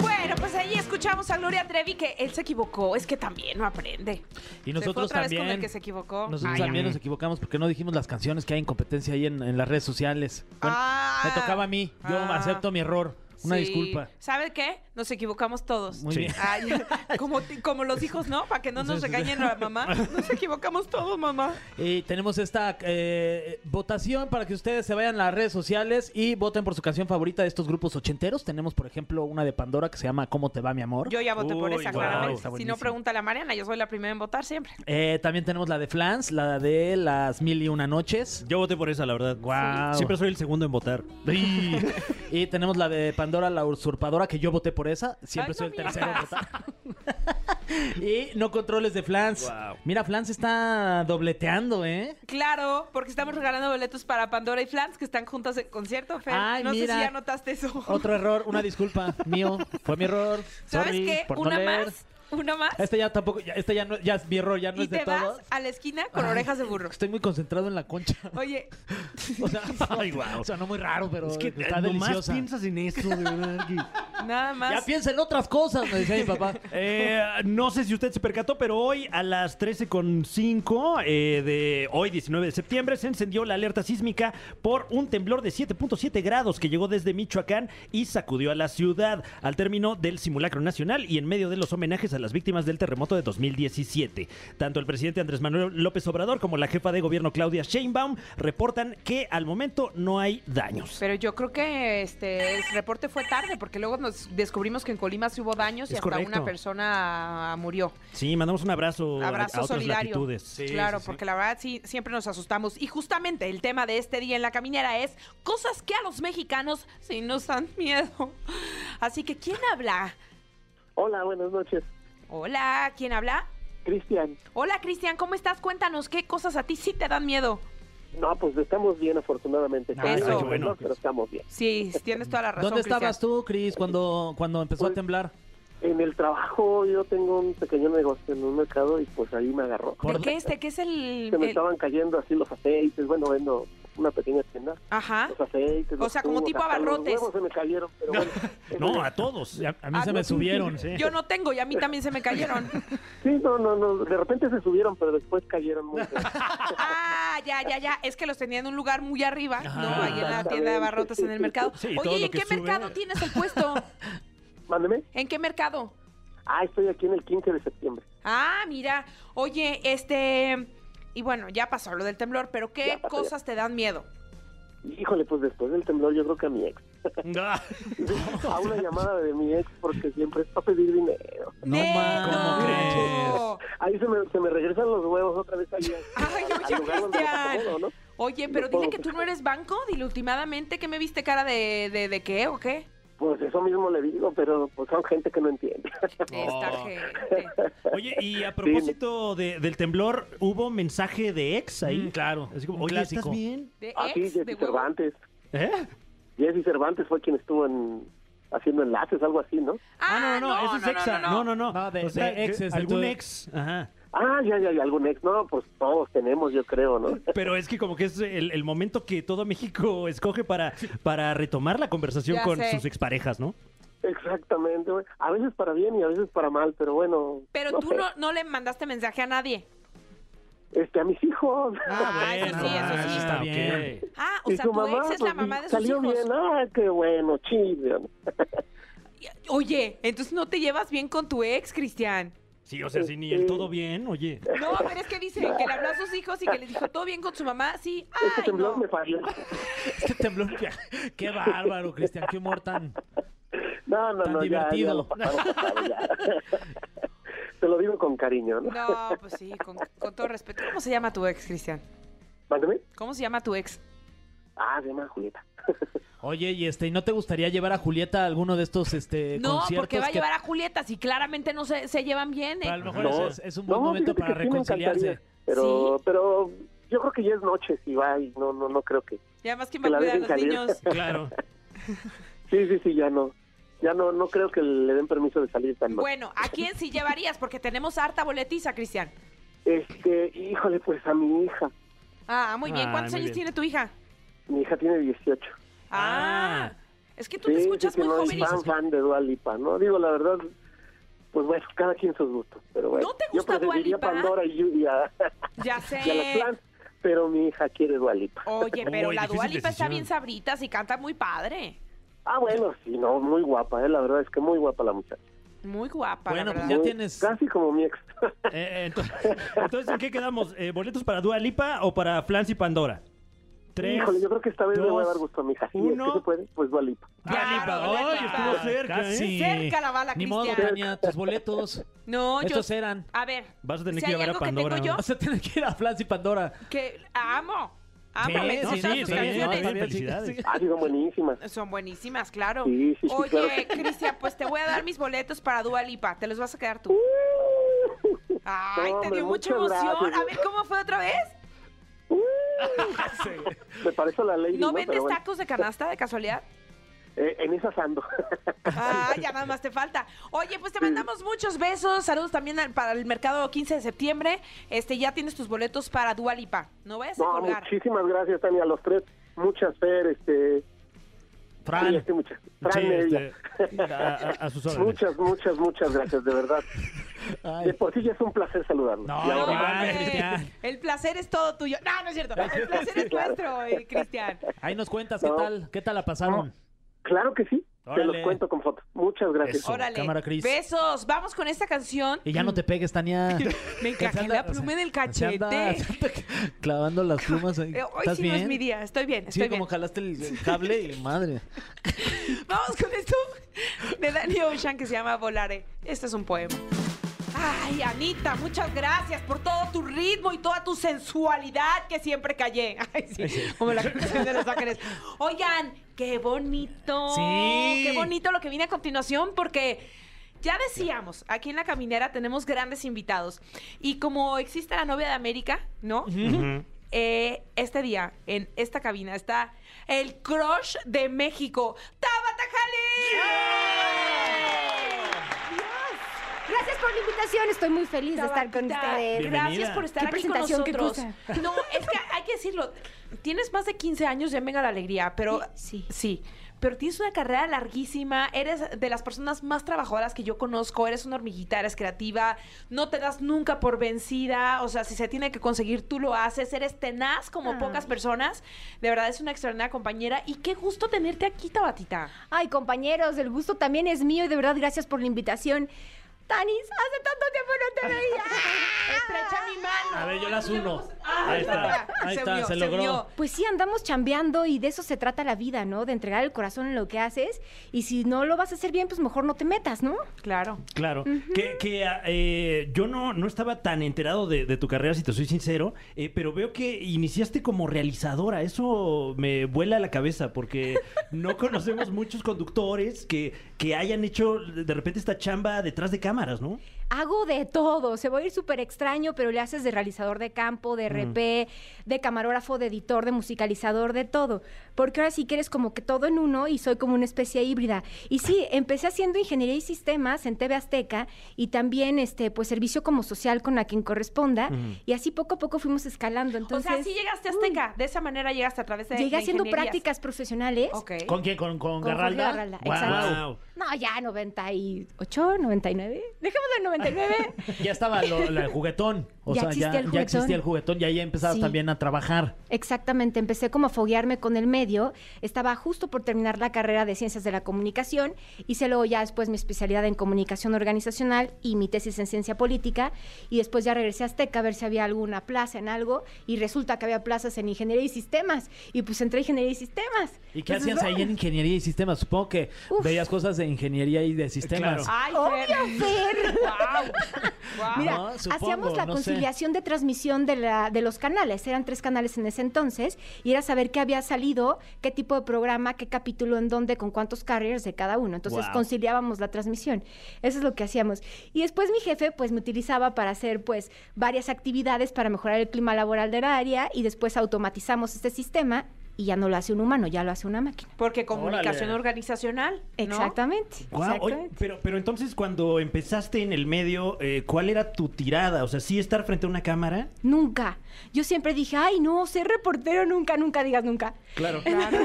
Speaker 2: Bueno, pues ahí escuchamos a Gloria Trevi que él se equivocó. Es que también no aprende.
Speaker 4: Y
Speaker 2: se fue
Speaker 4: nosotros
Speaker 2: otra vez con
Speaker 4: también.
Speaker 2: el que se equivocó.
Speaker 4: Nosotros
Speaker 2: Ay,
Speaker 4: también
Speaker 2: ay.
Speaker 4: nos equivocamos porque no dijimos las canciones que hay en competencia ahí en, en las redes sociales. Bueno,
Speaker 2: Ah.
Speaker 4: me tocaba a mí. Yo
Speaker 2: Ah.
Speaker 4: acepto mi error. Una
Speaker 2: Sí.
Speaker 4: disculpa.
Speaker 2: ¿Sabe qué? Nos equivocamos todos.
Speaker 4: Muy
Speaker 3: Sí.
Speaker 4: bien.
Speaker 2: Ay, como, ti- como los hijos, ¿no? Para que no nos regañen a la mamá. Nos equivocamos todos, mamá.
Speaker 4: Y tenemos esta eh, votación para que ustedes se vayan a las redes sociales y voten por su canción favorita de estos grupos ochenteros. Tenemos, por ejemplo, una de Pandora que se llama ¿Cómo te va, mi amor?
Speaker 2: Yo ya voté por
Speaker 3: Uy,
Speaker 2: esa,
Speaker 3: wow,
Speaker 2: claramente.
Speaker 4: está
Speaker 2: si no,
Speaker 4: buenísimo.
Speaker 2: pregunta a Mariana. Yo soy la primera en votar siempre.
Speaker 4: Eh, también tenemos la de Flans, la de las mil y una noches.
Speaker 3: Yo voté por esa, la verdad.
Speaker 4: Guau.
Speaker 3: Siempre soy el segundo en votar.
Speaker 4: Y, y tenemos la de Pandora, la usurpadora, que yo voté por esa. Siempre
Speaker 2: Ay,
Speaker 4: soy
Speaker 2: no
Speaker 4: el tercero en
Speaker 2: mientas.
Speaker 4: votar. y no controles de Flans.
Speaker 3: Guau.
Speaker 4: Mira, Flans está dobleteando, ¿eh?
Speaker 2: Claro, porque estamos regalando boletos para Pandora y Flans que están juntas en concierto, Fer.
Speaker 4: Ay,
Speaker 2: no sé
Speaker 4: mira.
Speaker 2: si ya notaste eso.
Speaker 4: Otro error, una disculpa, mío. Fue mi error.
Speaker 2: ¿Sabes
Speaker 4: Sorry
Speaker 2: qué?
Speaker 4: por no
Speaker 2: Una
Speaker 4: leer.
Speaker 2: más. Una más.
Speaker 4: Este ya tampoco, ya, este ya no, ya es mi error, ya no
Speaker 2: y
Speaker 4: es de
Speaker 2: te
Speaker 4: todos.
Speaker 2: vas a la esquina con
Speaker 4: Ay.
Speaker 2: orejas de burro.
Speaker 4: Estoy muy concentrado en la concha.
Speaker 2: Oye,
Speaker 4: O sea,
Speaker 3: Ay, guau.
Speaker 4: o sea, no muy raro, pero
Speaker 3: Es que
Speaker 4: está
Speaker 3: nomás
Speaker 4: deliciosa.
Speaker 3: piensas en eso, de verdad. que-
Speaker 2: nada más.
Speaker 4: Ya piensa en otras cosas, me decía mi papá.
Speaker 3: Eh, no sé si usted se percató, pero hoy a las 13.05 eh, de hoy, 19 de septiembre, se encendió la alerta sísmica por un temblor de 7.7 grados que llegó desde Michoacán y sacudió a la ciudad al término del simulacro nacional y en medio de los homenajes a las víctimas del terremoto de 2017. Tanto el presidente Andrés Manuel López Obrador como la jefa de gobierno Claudia Sheinbaum reportan que al momento no hay daños.
Speaker 2: Pero yo creo que este el reporte fue tarde porque luego nos descubrimos que en Colima sí hubo daños y
Speaker 3: Es
Speaker 2: hasta
Speaker 3: correcto.
Speaker 2: una persona murió.
Speaker 3: Sí, mandamos un abrazo, a- a
Speaker 2: Abrazo
Speaker 3: otras
Speaker 2: solidario.
Speaker 3: latitudes. Sí,
Speaker 2: claro,
Speaker 3: sí, sí.
Speaker 2: porque la verdad sí siempre nos asustamos y justamente el tema de este día en la caminera es cosas que a los mexicanos sí nos dan miedo. Así que ¿quién habla?
Speaker 5: Hola, buenas noches.
Speaker 2: Hola, ¿quién habla?
Speaker 5: Cristian,
Speaker 2: Hola, Cristian, ¿cómo estás? Cuéntanos qué cosas a ti sí te dan miedo.
Speaker 5: no, pues estamos bien afortunadamente.
Speaker 4: Ah,
Speaker 5: Con
Speaker 2: eso.
Speaker 5: muchos
Speaker 2: qué
Speaker 3: bueno.
Speaker 5: problemas, pero estamos bien.
Speaker 2: Sí, tienes toda la razón.
Speaker 4: ¿Dónde estabas
Speaker 2: Cristian.
Speaker 4: tú, Cris, cuando, cuando empezó a
Speaker 5: Pues-
Speaker 4: temblar?
Speaker 5: En el trabajo yo tengo un pequeño negocio en un mercado y pues ahí me agarró.
Speaker 2: ¿De qué este? ¿Qué es el,
Speaker 5: Se me
Speaker 2: el-
Speaker 5: estaban cayendo así los aceites, bueno, vendo una pequeña tienda.
Speaker 2: Ajá.
Speaker 5: Los aceites.
Speaker 2: Ah. O
Speaker 5: los
Speaker 2: sea, como
Speaker 5: jugos,
Speaker 2: tipo
Speaker 5: hasta
Speaker 2: abarrotes.
Speaker 5: Los huevos se me cayeron, pero bueno.
Speaker 3: No, a todos.
Speaker 4: A, a mí
Speaker 2: Ah,
Speaker 4: se
Speaker 2: no,
Speaker 4: me
Speaker 2: sí,
Speaker 4: subieron.
Speaker 3: sí.
Speaker 2: Yo no tengo y a mí también se me cayeron.
Speaker 5: Sí, no, no, no, de repente se subieron, pero después cayeron muy bien.
Speaker 2: Ah, ya, ya, ya. Es que los tenía en un lugar muy arriba, ¿no?
Speaker 3: Ajá.
Speaker 2: Ahí en la tienda de abarrotes en el mercado.
Speaker 3: Sí, todo
Speaker 2: Oye, ¿y
Speaker 3: lo
Speaker 2: en
Speaker 3: que
Speaker 2: qué
Speaker 3: sube.
Speaker 2: mercado tienes el puesto?
Speaker 5: Mándeme.
Speaker 2: ¿En qué mercado?
Speaker 5: Ah, estoy aquí en el 15 de septiembre.
Speaker 2: Ah, mira. Oye, este. Y bueno, ya pasó lo del temblor, pero ¿qué
Speaker 5: Ya pasó, ya.
Speaker 2: cosas te dan miedo?
Speaker 5: Híjole, pues después del temblor yo creo que a mi ex.
Speaker 3: Ah.
Speaker 5: A una llamada de mi ex porque siempre está a pedir dinero.
Speaker 4: No
Speaker 2: ¡Nel,
Speaker 4: mames.
Speaker 3: ¿Cómo
Speaker 2: no!
Speaker 5: Ahí se me, se me regresan los huevos otra vez ahí.
Speaker 2: Ay,
Speaker 5: al
Speaker 2: oye,
Speaker 5: lugar donde los
Speaker 2: Cristian.
Speaker 5: acomodo, ¿no?
Speaker 2: Oye, pero
Speaker 5: No
Speaker 2: dile
Speaker 5: puedo.
Speaker 2: que tú no eres banco, dile últimamente que me viste cara de, de, de qué o qué.
Speaker 5: Pues eso mismo le digo, pero pues son gente que no entiende.
Speaker 2: De esta
Speaker 3: Oh.
Speaker 2: gente.
Speaker 3: Oye, y a propósito de- del temblor, ¿hubo mensaje de ex ahí?
Speaker 4: Mm, claro,
Speaker 3: Así como,
Speaker 4: un
Speaker 3: oye,
Speaker 4: clásico.
Speaker 3: ¿estás bien?
Speaker 2: De
Speaker 5: Así,
Speaker 2: ex, de
Speaker 5: Jesse
Speaker 2: huevo.
Speaker 5: Cervantes.
Speaker 3: ¿Eh?
Speaker 5: Jesse Cervantes fue quien estuvo en, haciendo enlaces, algo así, ¿no?
Speaker 3: Ah, no, no, no, eso es exa. No, no, no.
Speaker 4: No, de-
Speaker 3: O sea,
Speaker 4: de ex
Speaker 3: que-
Speaker 4: es de
Speaker 3: algún
Speaker 4: tu-
Speaker 3: ex. Ajá.
Speaker 5: Ah, ya, ya, ya, algún ex. No, pues todos tenemos, yo creo, ¿no?
Speaker 3: Pero es que como que es el, el momento que todo México escoge para, para retomar la conversación
Speaker 2: Ya
Speaker 3: con
Speaker 2: sé.
Speaker 3: sus exparejas, ¿no?
Speaker 5: Exactamente, güey. A veces para bien y a veces para mal, pero bueno.
Speaker 2: Pero tú
Speaker 5: sé.
Speaker 2: no, no le mandaste mensaje a nadie.
Speaker 5: Este, a mis hijos.
Speaker 2: Ah, eso sí, eso sí.
Speaker 4: está
Speaker 3: Ah,
Speaker 4: bien.
Speaker 2: Ah, o
Speaker 5: Y
Speaker 2: sea,
Speaker 5: su
Speaker 2: tu ex es la
Speaker 5: pues,
Speaker 2: mamá de sus
Speaker 5: salió
Speaker 2: hijos.
Speaker 5: bien. Ah, qué bueno, chido.
Speaker 2: Oye, entonces no te llevas bien con tu ex, Cristian.
Speaker 3: Sí, o sea, sí, ni el todo bien, oye.
Speaker 2: No, pero es que dice que le habló a sus hijos y que les dijo todo bien con su mamá. Sí,
Speaker 5: Este
Speaker 2: ay,
Speaker 5: temblor
Speaker 2: no.
Speaker 5: me falló.
Speaker 4: Este temblor. que- Qué bárbaro, Cristian. Qué humor tan.
Speaker 5: No, no,
Speaker 4: Tan
Speaker 5: no, ya, ya
Speaker 4: divertido.
Speaker 5: lo pasaron, pasado, ya. Te lo digo con cariño, ¿no?
Speaker 2: No, pues sí, con, con todo respeto. ¿Cómo se llama tu ex, Cristian?
Speaker 5: Mándeme.
Speaker 2: ¿Cómo se llama tu ex?
Speaker 5: Ah, se llama Julieta.
Speaker 4: Oye, y este, ¿y ¿no te gustaría llevar a Julieta a alguno de estos
Speaker 3: Eh,
Speaker 4: este,
Speaker 2: No,
Speaker 4: conciertos?
Speaker 2: porque va a
Speaker 4: que-
Speaker 2: llevar a Julieta si claramente no se, se llevan bien.
Speaker 4: A
Speaker 2: ¿eh?
Speaker 4: lo mejor
Speaker 5: No.
Speaker 4: es, es un buen
Speaker 5: No,
Speaker 4: momento
Speaker 5: fíjate
Speaker 4: para
Speaker 5: que sí me encantaría,
Speaker 4: reconciliarse.
Speaker 5: Pero,
Speaker 2: Sí.
Speaker 5: pero yo creo que ya es noche si va y no, no, no creo que.
Speaker 2: Y además, ¿quién va
Speaker 5: Que
Speaker 2: a
Speaker 5: la
Speaker 2: cuidar a
Speaker 5: dejen
Speaker 2: los
Speaker 5: salir.
Speaker 2: niños?
Speaker 3: Claro.
Speaker 5: Sí, sí, sí, ya no. Ya no, no creo que le den permiso de salir tan noche.
Speaker 2: Bueno, ¿a quién sí llevarías? Porque tenemos harta boletiza, Cristian.
Speaker 5: Este, híjole, pues a mi hija.
Speaker 2: Ah, muy bien.
Speaker 3: Ah,
Speaker 2: ¿Cuántos
Speaker 3: muy
Speaker 2: años
Speaker 3: bien.
Speaker 2: tiene tu hija?
Speaker 5: Mi hija tiene 18.
Speaker 2: Ah,
Speaker 3: Ah.
Speaker 2: es que tú
Speaker 5: Sí,
Speaker 2: te
Speaker 5: sí,
Speaker 2: escuchas
Speaker 5: que
Speaker 2: muy
Speaker 5: no es
Speaker 2: joven y
Speaker 5: fan, fan de Dua Lipa, ¿no? Digo, la verdad, pues bueno, cada quien sus gustos, pero bueno.
Speaker 2: ¿No te gusta
Speaker 5: Yo
Speaker 2: Dua
Speaker 5: preferiría
Speaker 2: Lipa?
Speaker 5: Pandora y, y a,
Speaker 2: ya
Speaker 5: y a la
Speaker 2: sé.
Speaker 5: Clan, pero mi hija quiere Dua Lipa.
Speaker 2: Oye, pero
Speaker 3: Uy,
Speaker 2: la
Speaker 3: difícil
Speaker 2: Dualipa está
Speaker 3: decisión.
Speaker 2: bien sabrita y canta muy padre.
Speaker 5: Ah, bueno, sí, no, muy guapa, ¿eh? La verdad es que muy guapa la muchacha.
Speaker 2: Muy guapa, la
Speaker 4: Bueno, pues
Speaker 2: verdad.
Speaker 4: Ya
Speaker 5: Muy-
Speaker 4: tienes-
Speaker 5: Casi como mi ex.
Speaker 3: Eh, entonces, entonces, ¿en qué quedamos? Eh, ¿Boletos para Dua Lipa o para Flans y Pandora? Tres.
Speaker 5: Híjole, yo creo que esta vez le voy a
Speaker 3: dos,
Speaker 5: dar gusto a mi hija. Sí,
Speaker 3: uno.
Speaker 5: es que se puede, pues Dua Lipa.
Speaker 3: Dua Lipa.
Speaker 2: Claro, Dua
Speaker 3: Ay,
Speaker 2: Lipa.
Speaker 3: estuvo cerca, ¿eh?
Speaker 4: Casi.
Speaker 2: Cerca la bala,
Speaker 4: Ni modo,
Speaker 2: Cristian.
Speaker 4: Tania, tus boletos.
Speaker 2: No, yo.
Speaker 4: Estos eran.
Speaker 2: A ver.
Speaker 3: Vas a
Speaker 2: si
Speaker 3: tener que
Speaker 2: hay
Speaker 3: llevar a
Speaker 2: algo que
Speaker 3: Pandora,
Speaker 2: tengo yo,
Speaker 3: ¿no?
Speaker 4: Vas a tener que ir a Flans y Pandora.
Speaker 2: que amo. Amo,
Speaker 4: Sí,
Speaker 2: me
Speaker 4: sí,
Speaker 2: encantan
Speaker 4: sí,
Speaker 2: sus
Speaker 4: sí,
Speaker 2: canciones.
Speaker 4: no,
Speaker 3: Felicidades.
Speaker 5: Ah, sí, son buenísimas.
Speaker 2: Son buenísimas, claro.
Speaker 5: Sí, sí, sí,
Speaker 2: Oye,
Speaker 5: claro que sí.
Speaker 2: Cristian, pues te voy a dar mis boletos para Dua Lipa. Te los vas a quedar tú. Ay, te
Speaker 5: Uh, Hombre,
Speaker 2: dio mucha
Speaker 5: muchas
Speaker 2: emoción.
Speaker 5: gracias.
Speaker 2: A ver, ¿cómo fue otra vez?
Speaker 5: Me parece la ley.
Speaker 2: ¿No vendes
Speaker 5: Pero bueno,
Speaker 2: tacos de canasta de casualidad?
Speaker 5: eh, en esas ando.
Speaker 2: Ah, ya nada más te falta. Oye, pues te mandamos muchos besos. Saludos también al- para el mercado 15 de septiembre. Este, ya tienes tus boletos para Dualipa. No vayas a
Speaker 5: no,
Speaker 2: colgar.
Speaker 5: muchísimas gracias, Tania, a los tres. Muchas Fer, este... sí,
Speaker 4: Fran.
Speaker 5: este, muchas. Fran,
Speaker 3: Sí,
Speaker 5: ella.
Speaker 3: este, a, a- a sus órdenes.
Speaker 5: Muchas, muchas, muchas gracias, de verdad.
Speaker 4: Ay.
Speaker 5: De por sí ya es un placer saludarlos.
Speaker 4: No,
Speaker 5: Y
Speaker 2: No,
Speaker 5: ahora-
Speaker 4: Ay,
Speaker 2: hombre,
Speaker 4: Cristian.
Speaker 2: el placer es todo tuyo. No, no es cierto. El placer es nuestro, eh, Cristian.
Speaker 4: Ahí nos cuentas qué
Speaker 5: No.
Speaker 4: tal, qué tal la pasaron.
Speaker 5: Claro que sí. Te
Speaker 4: Órale.
Speaker 5: los cuento con fotos. Muchas gracias.
Speaker 4: Eso.
Speaker 2: Órale.
Speaker 4: cámara, Cris.
Speaker 2: Besos. Vamos con esta canción.
Speaker 4: Y ya no te pegues, Tania.
Speaker 2: Me encajé la pluma en el cachete.
Speaker 4: clavando las plumas. ahí.
Speaker 2: Eh, Hoy
Speaker 4: ¿Estás
Speaker 2: sí
Speaker 4: bien?
Speaker 2: no es mi día. Estoy bien,
Speaker 4: Sí,
Speaker 2: estoy bien.
Speaker 4: como jalaste el el cable y madre.
Speaker 2: Vamos con esto de Danny Ocean que se llama Volare. Este es un poema. Ay, Anita, muchas gracias por todo tu ritmo y toda tu sensualidad que siempre callé. Ay, sí, como la canción de los ángeles. Oigan, qué bonito.
Speaker 4: Sí.
Speaker 2: Qué bonito lo que viene a continuación porque... Ya decíamos, aquí en la caminera tenemos grandes invitados. Y como existe la novia de América, ¿no?
Speaker 3: Ujú.
Speaker 2: Eh, este día, en esta cabina, está el crush de México, Tabata Jalil.
Speaker 6: Gracias por la invitación, estoy muy feliz de estar con
Speaker 2: Tabatita,
Speaker 6: ustedes.
Speaker 2: Gracias
Speaker 3: Bienvenida.
Speaker 2: por estar
Speaker 6: Qué
Speaker 2: aquí con
Speaker 6: presentación, qué
Speaker 2: nosotros.
Speaker 6: cosa.
Speaker 2: No, es que hay que decirlo. Tienes más de 15 años ya en Venga la Alegría, pero
Speaker 6: Sí.
Speaker 2: sí. Pero tienes una carrera larguísima, eres de las personas más trabajadoras que yo conozco, eres una hormiguita, eres creativa, no te das nunca por vencida, o sea, si se tiene que conseguir, tú lo haces, eres tenaz como
Speaker 6: Ay.
Speaker 2: pocas personas, de verdad es una extraordinaria compañera y qué gusto tenerte aquí, Tabatita.
Speaker 6: Ay, compañeros, el gusto también es mío y de verdad gracias por la invitación. Tanis, hace tanto tiempo no te veía.
Speaker 2: Estrecha mi mano.
Speaker 4: A ver, yo las uno.
Speaker 2: Ah,
Speaker 4: Ahí está, ahí está,
Speaker 2: unió,
Speaker 4: se logró.
Speaker 2: unió.
Speaker 6: Pues sí, andamos chambeando y de eso se trata la vida, ¿no? De entregar el corazón en lo que haces y si no lo vas a hacer bien, pues mejor no te metas, ¿no?
Speaker 2: Claro.
Speaker 3: Claro, que, que, ah, eh, yo no, no estaba tan enterado de, de tu carrera, si te soy sincero, eh, pero veo que iniciaste como realizadora, eso me vuela la cabeza, porque no conocemos muchos conductores que, que hayan hecho de repente esta chamba detrás de cámaras, ¿no?
Speaker 6: hago de todo. Se va a ir súper extraño, pero le haces de realizador de campo,
Speaker 4: Mm.
Speaker 6: de RP, de camarógrafo, de editor, de musicalizador, de todo. Porque ahora sí que eres como que todo en uno y soy como una especie híbrida. Y sí, empecé haciendo ingeniería y sistemas en TV Azteca y también este pues servicio como social con a quien corresponda. Y así poco a poco fuimos escalando. Entonces,
Speaker 2: o sea, sí llegaste a Azteca. De esa manera llegaste a través de.
Speaker 6: Llegué
Speaker 2: de
Speaker 6: haciendo
Speaker 2: ingenierías.
Speaker 6: prácticas profesionales.
Speaker 2: Ok.
Speaker 4: ¿Con quién? ¿Con, con,
Speaker 6: Con Jorge
Speaker 4: Garralda?
Speaker 6: Garralda,
Speaker 4: Guau.
Speaker 6: exacto. No, ya 98, 99. Dejémoslo en 99.
Speaker 4: Ya estaba lo- lo- el juguetón. O
Speaker 6: Ya
Speaker 4: sea,
Speaker 6: existía
Speaker 4: ya,
Speaker 6: el
Speaker 4: ya
Speaker 6: juguetón.
Speaker 4: existía el juguetón y ahí empezabas
Speaker 6: Sí.
Speaker 4: también a trabajar.
Speaker 6: Exactamente, empecé como a foguearme con el medio, estaba justo por terminar la carrera de Ciencias de la Comunicación, hice luego ya después mi especialidad en Comunicación Organizacional y mi tesis en Ciencia Política, y después ya regresé a Azteca a ver si había alguna plaza en algo, y resulta que había plazas en Ingeniería y Sistemas, y pues entré a Ingeniería y Sistemas.
Speaker 4: ¿Y qué
Speaker 6: Entonces,
Speaker 4: hacías ahí en
Speaker 6: bueno.
Speaker 4: ingeniería y sistemas? Supongo que
Speaker 6: Pues Uf. Ah,
Speaker 4: veías cosas de ingeniería y de sistemas.
Speaker 3: Eh, Claro.
Speaker 2: Ay,
Speaker 6: Obvio, Fer.
Speaker 2: Wow.
Speaker 6: Mira,
Speaker 4: No, supongo,
Speaker 6: hacíamos la
Speaker 4: no sé.
Speaker 6: conciliación de transmisión de, la- de los canales. Eran tres canales en ese entonces. Y era saber qué había salido, qué tipo de programa, qué capítulo, en dónde, con cuántos carriers de cada uno. Entonces
Speaker 4: Wow.
Speaker 6: conciliábamos la transmisión. Eso es lo que hacíamos. Y después mi jefe, pues, me utilizaba para hacer, pues, varias actividades para mejorar el clima laboral del área. Y después automatizamos este sistema y ya no lo hace un humano, ya lo hace una máquina.
Speaker 2: Porque comunicación
Speaker 4: Órale.
Speaker 2: organizacional. ¿no?
Speaker 6: Exactamente.
Speaker 3: Guau, oye,
Speaker 6: exactamente.
Speaker 3: pero, pero entonces cuando empezaste en el medio, eh, ¿cuál era tu tirada? O sea, sí estar frente a una cámara.
Speaker 6: Nunca. Yo siempre dije, ay, no, ser reportero nunca, nunca digas nunca.
Speaker 3: Claro.
Speaker 2: Claro.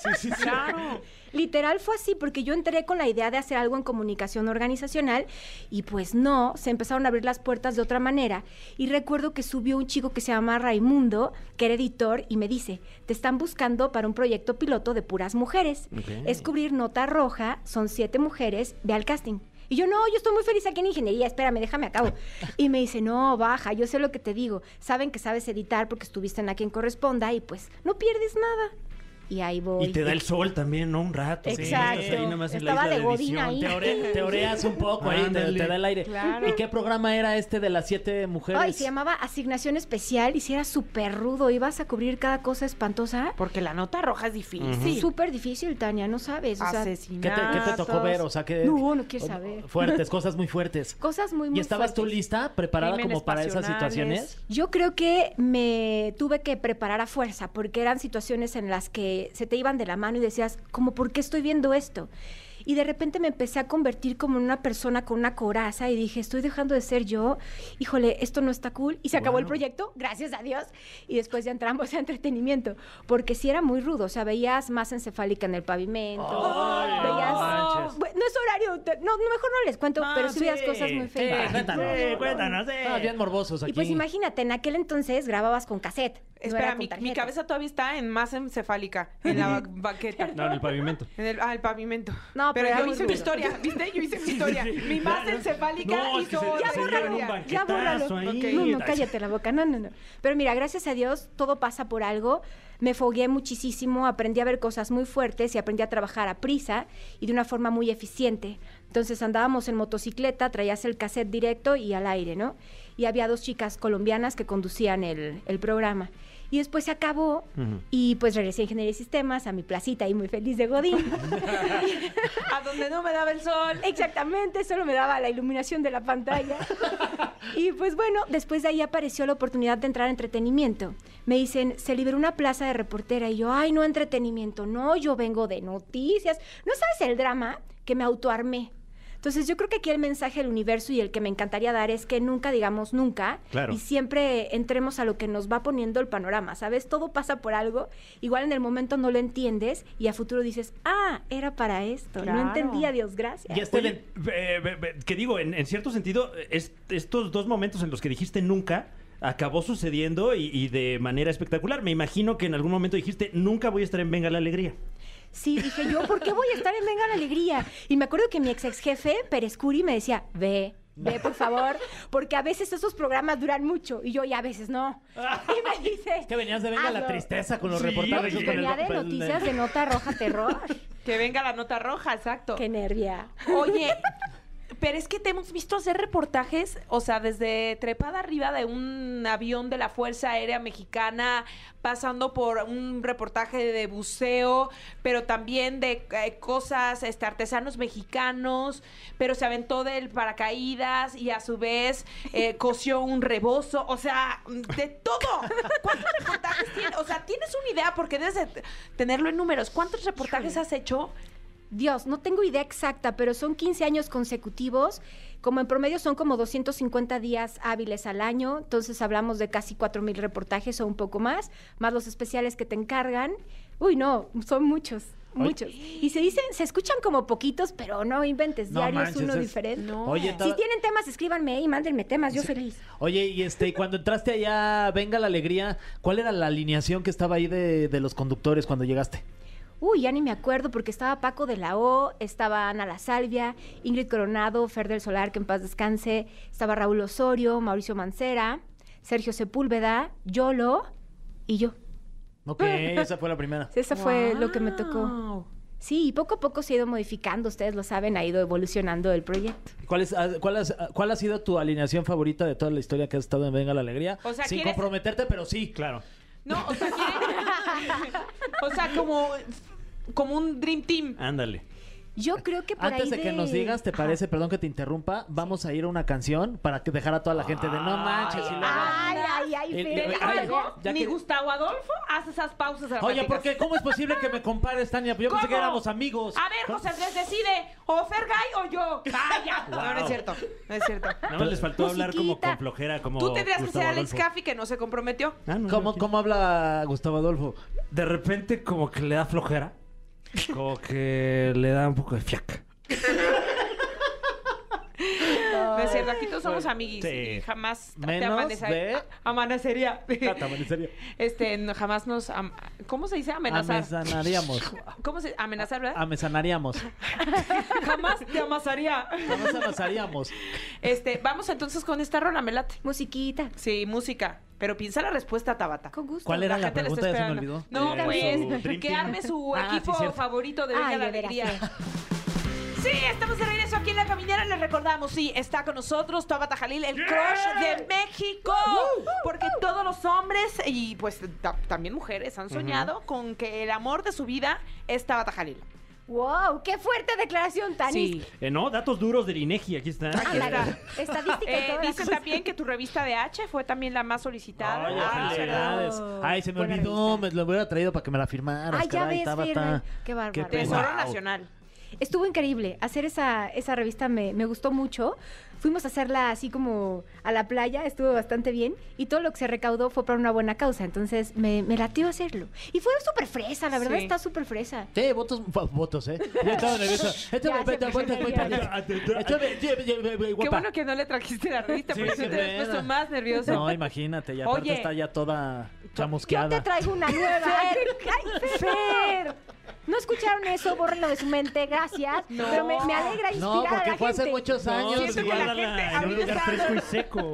Speaker 3: Sí, sí, sí.
Speaker 2: Claro.
Speaker 6: Literal fue así, porque yo entré con la idea de hacer algo en comunicación organizacional y pues no, se empezaron a abrir las puertas de otra manera. Y recuerdo que subió un chico que se llama Raimundo, que era editor, y me dice, te están buscando para un proyecto piloto de puras mujeres.
Speaker 3: Ok.
Speaker 6: Es cubrir nota roja, son siete mujeres, ve al casting. Y yo, no, yo estoy muy feliz aquí en ingeniería, espérame, déjame acabo. Y me dice, no, baja, yo sé lo que te digo. Saben que sabes editar porque estuviste en a quien corresponda y pues no pierdes nada. Y ahí voy.
Speaker 3: Y te da el sol también, ¿no? Un rato.
Speaker 6: Sí.
Speaker 3: Estás ahí
Speaker 6: Exacto.
Speaker 3: nomás en la
Speaker 6: Estaba
Speaker 3: isla
Speaker 6: de Godín
Speaker 3: edición.
Speaker 6: ahí.
Speaker 3: Te
Speaker 4: Teore- teoreas un poco ahí, te,
Speaker 3: Ándale.
Speaker 4: te da el aire.
Speaker 2: Claro.
Speaker 4: ¿Y qué programa era este de las siete mujeres?
Speaker 6: Ay, se llamaba asignación especial y si era súper rudo, ibas a cubrir cada cosa espantosa.
Speaker 2: Porque la nota roja es difícil.
Speaker 6: Súper difícil, Tania, no sabes. O sea,
Speaker 4: ¿Qué te,
Speaker 2: Asesinatos.
Speaker 4: qué te tocó ver? O sea, que
Speaker 6: No, no quieres saber.
Speaker 4: Fuertes, cosas muy fuertes.
Speaker 6: cosas muy, muy
Speaker 4: ¿Y estabas tú
Speaker 6: fuertes.
Speaker 4: lista, preparada
Speaker 2: Crímenes
Speaker 4: como para esas
Speaker 2: pasionales.
Speaker 4: situaciones?
Speaker 6: Yo creo que me tuve que preparar a fuerza porque eran situaciones en las que se te iban de la mano y decías, como, ¿por qué estoy viendo esto? Y de repente me empecé a convertir como en una persona con una coraza y dije, estoy dejando de ser yo, híjole, esto no está cool. Y se acabó el
Speaker 3: Guau.
Speaker 6: proyecto, gracias a Dios. Y después ya entramos a entretenimiento, porque sí era muy rudo, o sea, veías más encefálica en el pavimento,
Speaker 4: Ay, no
Speaker 6: veías...
Speaker 4: manches.
Speaker 6: Bueno, no es horario, te- no, mejor no les cuento,
Speaker 3: Ah,
Speaker 6: pero sí veías
Speaker 3: sí,
Speaker 6: cosas muy
Speaker 3: sí,
Speaker 6: feas.
Speaker 4: cuéntanos.
Speaker 3: Sí, eh, cuéntanos, eh. sí.
Speaker 4: Ah, bien morbosos aquí.
Speaker 6: Y pues imagínate, en aquel entonces grababas con cassette. no era
Speaker 2: Espera,
Speaker 6: con
Speaker 2: mi, mi
Speaker 6: tarjeta.
Speaker 2: cabeza todavía está en masa encefálica, en la ba- banqueta.
Speaker 3: No, en el pavimento.
Speaker 2: En el, ah, el pavimento.
Speaker 6: No, pero era
Speaker 2: yo
Speaker 6: muy
Speaker 2: hice mi
Speaker 6: duro.
Speaker 2: historia, ¿viste? Yo hice mi historia. Mi masa encefálica
Speaker 3: No, es que
Speaker 2: hizo
Speaker 3: se-
Speaker 2: otra
Speaker 6: Ya
Speaker 3: se
Speaker 2: historia.
Speaker 3: dieron
Speaker 6: bórralo,
Speaker 3: un
Speaker 6: ya
Speaker 3: banquetazo
Speaker 6: bórralo.
Speaker 3: ahí.
Speaker 6: No, no, cállate la boca, no, no, no. Pero mira, gracias a Dios, todo pasa por algo. Me fogué muchísimo, aprendí a ver cosas muy fuertes y aprendí a trabajar a prisa y de una forma muy eficiente. Entonces andábamos en motocicleta, traías el cassette directo y al aire, ¿no? Y había dos chicas colombianas que conducían el, el programa. Y después se acabó
Speaker 3: Ujú.
Speaker 6: y pues regresé a Ingeniería y Sistemas, a mi placita y muy feliz de Godín.
Speaker 2: A donde no me daba el sol.
Speaker 6: Exactamente, solo me daba la iluminación de la pantalla. y pues bueno, después de ahí apareció la oportunidad de entrar a entretenimiento. Me dicen, se liberó una plaza de reportera y yo, ay, no entretenimiento, no, yo vengo de noticias. ¿No sabes el drama que me autoarmé? Entonces yo creo que aquí el mensaje del universo y el que me encantaría dar es que nunca digamos nunca
Speaker 3: Claro.
Speaker 6: y siempre entremos a lo que nos va poniendo el panorama, ¿sabes? Todo pasa por algo, igual en el momento no lo entiendes y a futuro dices, ah, era para esto,
Speaker 2: Claro.
Speaker 6: no entendía, Dios gracias.
Speaker 4: Y este
Speaker 3: Oye, eh, eh, eh, que digo, en, en cierto sentido, es- estos dos momentos en los que dijiste nunca acabó sucediendo y, y de manera espectacular. Me imagino que en algún momento dijiste nunca voy a estar en Venga la Alegría.
Speaker 6: Sí, dije yo, ¿por qué voy a estar en Venga la Alegría? Y me acuerdo que mi ex ex jefe, Pérez Curi, me decía, ve, ve, por favor, porque a veces esos programas duran mucho y yo, y a veces no. Y me dice...
Speaker 4: Es que venías de venga la
Speaker 6: hazlo.
Speaker 4: tristeza con los
Speaker 3: Sí,
Speaker 4: reportajes.
Speaker 3: oye.
Speaker 4: con el-
Speaker 6: Venía de
Speaker 4: con el-
Speaker 6: noticias de nota roja terror.
Speaker 2: Que venga la nota roja, exacto.
Speaker 6: Qué nervia.
Speaker 2: Oye, Pero es que te hemos visto hacer reportajes, o sea, desde trepada arriba de un avión de la Fuerza Aérea Mexicana, pasando por un reportaje de buceo, pero también de eh, cosas, este, artesanos mexicanos, pero se aventó del paracaídas y a su vez eh, coció un rebozo, o sea, de todo. ¿Cuántos reportajes tienes? O sea, tienes una idea porque debes de t- tenerlo en números. ¿Cuántos reportajes has hecho?
Speaker 6: Dios, no tengo idea exacta, pero son 15 años consecutivos. Como en promedio son como 250 días hábiles al año, entonces hablamos de casi 4.000 reportajes o un poco más, más los especiales que te encargan. Uy, no, son muchos, muchos. Y se dicen, se escuchan como poquitos, pero no inventes,
Speaker 4: No
Speaker 6: diario
Speaker 4: manches,
Speaker 6: es uno
Speaker 4: es-
Speaker 6: diferente.
Speaker 4: Oye,
Speaker 6: si
Speaker 4: toda-
Speaker 6: tienen temas, escríbanme y mándenme temas, yo feliz.
Speaker 4: Oye, y este, y cuando entraste allá, venga la alegría, ¿cuál era la alineación que estaba ahí de, de los conductores cuando llegaste?
Speaker 6: Uy, ya ni me acuerdo porque estaba Paco de la O, estaba Ana La Salvia, Ingrid Coronado, Fer del Solar, que en paz descanse, estaba Raúl Osorio, Mauricio Mancera, Sergio Sepúlveda, Yolo y yo.
Speaker 4: Ok, esa fue la primera.
Speaker 6: Esa fue lo que me tocó.
Speaker 2: Wow.
Speaker 6: Sí, y poco a poco se ha ido modificando, ustedes lo saben, ha ido evolucionando el proyecto.
Speaker 4: ¿Cuál, es, ah, cuál, has- ah, ¿Cuál ha sido tu alineación favorita de toda la historia que has estado en Venga la Alegría?
Speaker 2: O sea,
Speaker 4: Sin
Speaker 2: ¿quieres-
Speaker 4: comprometerte, pero sí. Claro.
Speaker 2: No, o sea, ¿quién? o sea, como, como un Dream
Speaker 4: Ah,
Speaker 2: Team.
Speaker 3: Ándale.
Speaker 6: Yo creo que por
Speaker 4: Antes
Speaker 6: ahí Ah.
Speaker 4: de que nos digas, ¿te
Speaker 6: Ajá.
Speaker 4: parece? Perdón que te interrumpa. Vamos a ir a una canción para que dejar a toda la gente de no manches. y luego-
Speaker 6: Ay, ay, ay,
Speaker 4: El-
Speaker 6: Fer,
Speaker 4: el-
Speaker 2: ¿Te
Speaker 6: ya
Speaker 2: digo
Speaker 4: ay,
Speaker 6: colgó.
Speaker 2: algo?
Speaker 4: ya
Speaker 2: Ni
Speaker 4: que-
Speaker 2: Gustavo Adolfo hace esas pausas
Speaker 4: Oye,
Speaker 2: dramáticas.
Speaker 4: ¿por qué? ¿Cómo es posible que me compares, Tania? Yo pensé que
Speaker 2: ¿Cómo? Ah.
Speaker 4: éramos amigos.
Speaker 2: A ver, José Andrés, decide. O Fergay o yo. Vaya. No, no es cierto. No es cierto.
Speaker 3: Nada más les faltó hablar como
Speaker 6: Musiquita.
Speaker 3: con flojera, como.
Speaker 2: Tú tendrías que
Speaker 3: Gustavo
Speaker 2: ser Alex
Speaker 3: Adolfo.
Speaker 2: Caffi, que no se comprometió.
Speaker 3: Ah, no,
Speaker 4: ¿Cómo,
Speaker 3: no, sí.
Speaker 4: ¿Cómo habla Gustavo Adolfo?
Speaker 3: De repente, como que le da flojera. Como que le da un poco de fiaca.
Speaker 4: Ah,
Speaker 2: No es cierto. Aquí todos somos amiguis.
Speaker 3: sí.
Speaker 2: Y jamás te
Speaker 4: Pues, Menos
Speaker 2: amanecer-
Speaker 4: de-
Speaker 2: a- amanecería.
Speaker 4: Tata, en serio.
Speaker 2: Este, no, jamás nos. am- ¿Cómo se dice amenazar?
Speaker 4: Amesanaríamos.
Speaker 2: ¿Cómo se amenazar, verdad?
Speaker 4: Amesanaríamos.
Speaker 2: Jamás te amasaría.
Speaker 4: Jamás amasaríamos.
Speaker 2: Este, vamos entonces con esta rola, me late.
Speaker 6: Musiquita,
Speaker 2: Sí, música. Pero piensa la respuesta, Tabata.
Speaker 6: con gusto.
Speaker 4: ¿Cuál era la
Speaker 2: gente la está
Speaker 4: pregunta? Ya se me
Speaker 2: esperando.
Speaker 4: olvidó.
Speaker 2: No,
Speaker 6: Eh, su
Speaker 2: pues,
Speaker 3: Dream
Speaker 2: que
Speaker 3: Team.
Speaker 2: arme su
Speaker 4: Ah, sí,
Speaker 2: equipo
Speaker 4: cierto.
Speaker 2: favorito de
Speaker 6: Ay,
Speaker 2: Venga la
Speaker 6: de veras,
Speaker 2: Alegría.
Speaker 6: Fer.
Speaker 2: Sí, estamos de regreso aquí en La Caminera. Les recordamos, sí, está con nosotros Tabata Jalil, el crush de México. Porque todos los hombres y pues ta- también mujeres han soñado con que el amor de su vida es Tabata Jalil.
Speaker 6: Wow, qué fuerte declaración, Tanis.
Speaker 2: Sí.
Speaker 3: Eh, no, datos duros del INEGI, aquí están.
Speaker 2: Aquí está.
Speaker 6: Ándale, Estadística y
Speaker 2: Eh,
Speaker 6: todo.
Speaker 2: dice también que tu revista de H fue también la más solicitada.
Speaker 3: Ay,
Speaker 2: Ah,
Speaker 3: felicidades.
Speaker 2: ¿verdad?
Speaker 4: Felicidades. Ay, se me
Speaker 6: Buena
Speaker 4: olvidó. Me
Speaker 6: revista.
Speaker 4: lo hubiera traído para que me la firmaras.
Speaker 6: Ay, ya
Speaker 4: caray,
Speaker 6: ves,
Speaker 4: Tabata.
Speaker 6: Fernan, qué bárbaro.
Speaker 4: pena.
Speaker 2: Tesoro
Speaker 4: Wow.
Speaker 2: Nacional.
Speaker 6: Estuvo increíble. Hacer esa, esa revista me, me gustó mucho. Fuimos a hacerla así como a la playa, estuvo bastante bien. Y todo lo que se recaudó fue para una buena causa. Entonces me, me latió hacerlo. Y fue súper fresa, la verdad
Speaker 2: Sí.
Speaker 6: está súper fresa.
Speaker 4: Sí, votos, vo- votos, ¿eh? Ya estaba nerviosa. Échame,
Speaker 6: Ya se
Speaker 4: vete,
Speaker 6: puso
Speaker 4: vueltas, voy para
Speaker 6: nerviosa.
Speaker 4: allá. Échame, ye- ye- ye- ye-
Speaker 2: Qué
Speaker 4: guapa.
Speaker 2: bueno que no le trajiste la revista,
Speaker 4: Sí,
Speaker 2: porque si
Speaker 4: qué
Speaker 2: te
Speaker 4: pena.
Speaker 2: hubieras puesto más nervioso.
Speaker 4: No, imagínate, ya aparte
Speaker 2: Oye.
Speaker 4: está ya toda
Speaker 6: Yo te
Speaker 4: chamusqueada.
Speaker 6: traigo una nueva. Fer. Ay, Fer. No escucharon eso, bórrenlo de su mente, gracias.
Speaker 2: No.
Speaker 6: Pero me, me alegra inspirar
Speaker 4: No,
Speaker 6: a
Speaker 4: porque
Speaker 6: la
Speaker 4: fue hace
Speaker 6: gente.
Speaker 4: muchos
Speaker 3: No,
Speaker 4: años.
Speaker 2: Siento que la
Speaker 4: igual.
Speaker 2: gente
Speaker 3: guárdala en un
Speaker 2: ahorita
Speaker 3: lugar
Speaker 2: está-
Speaker 3: fresco y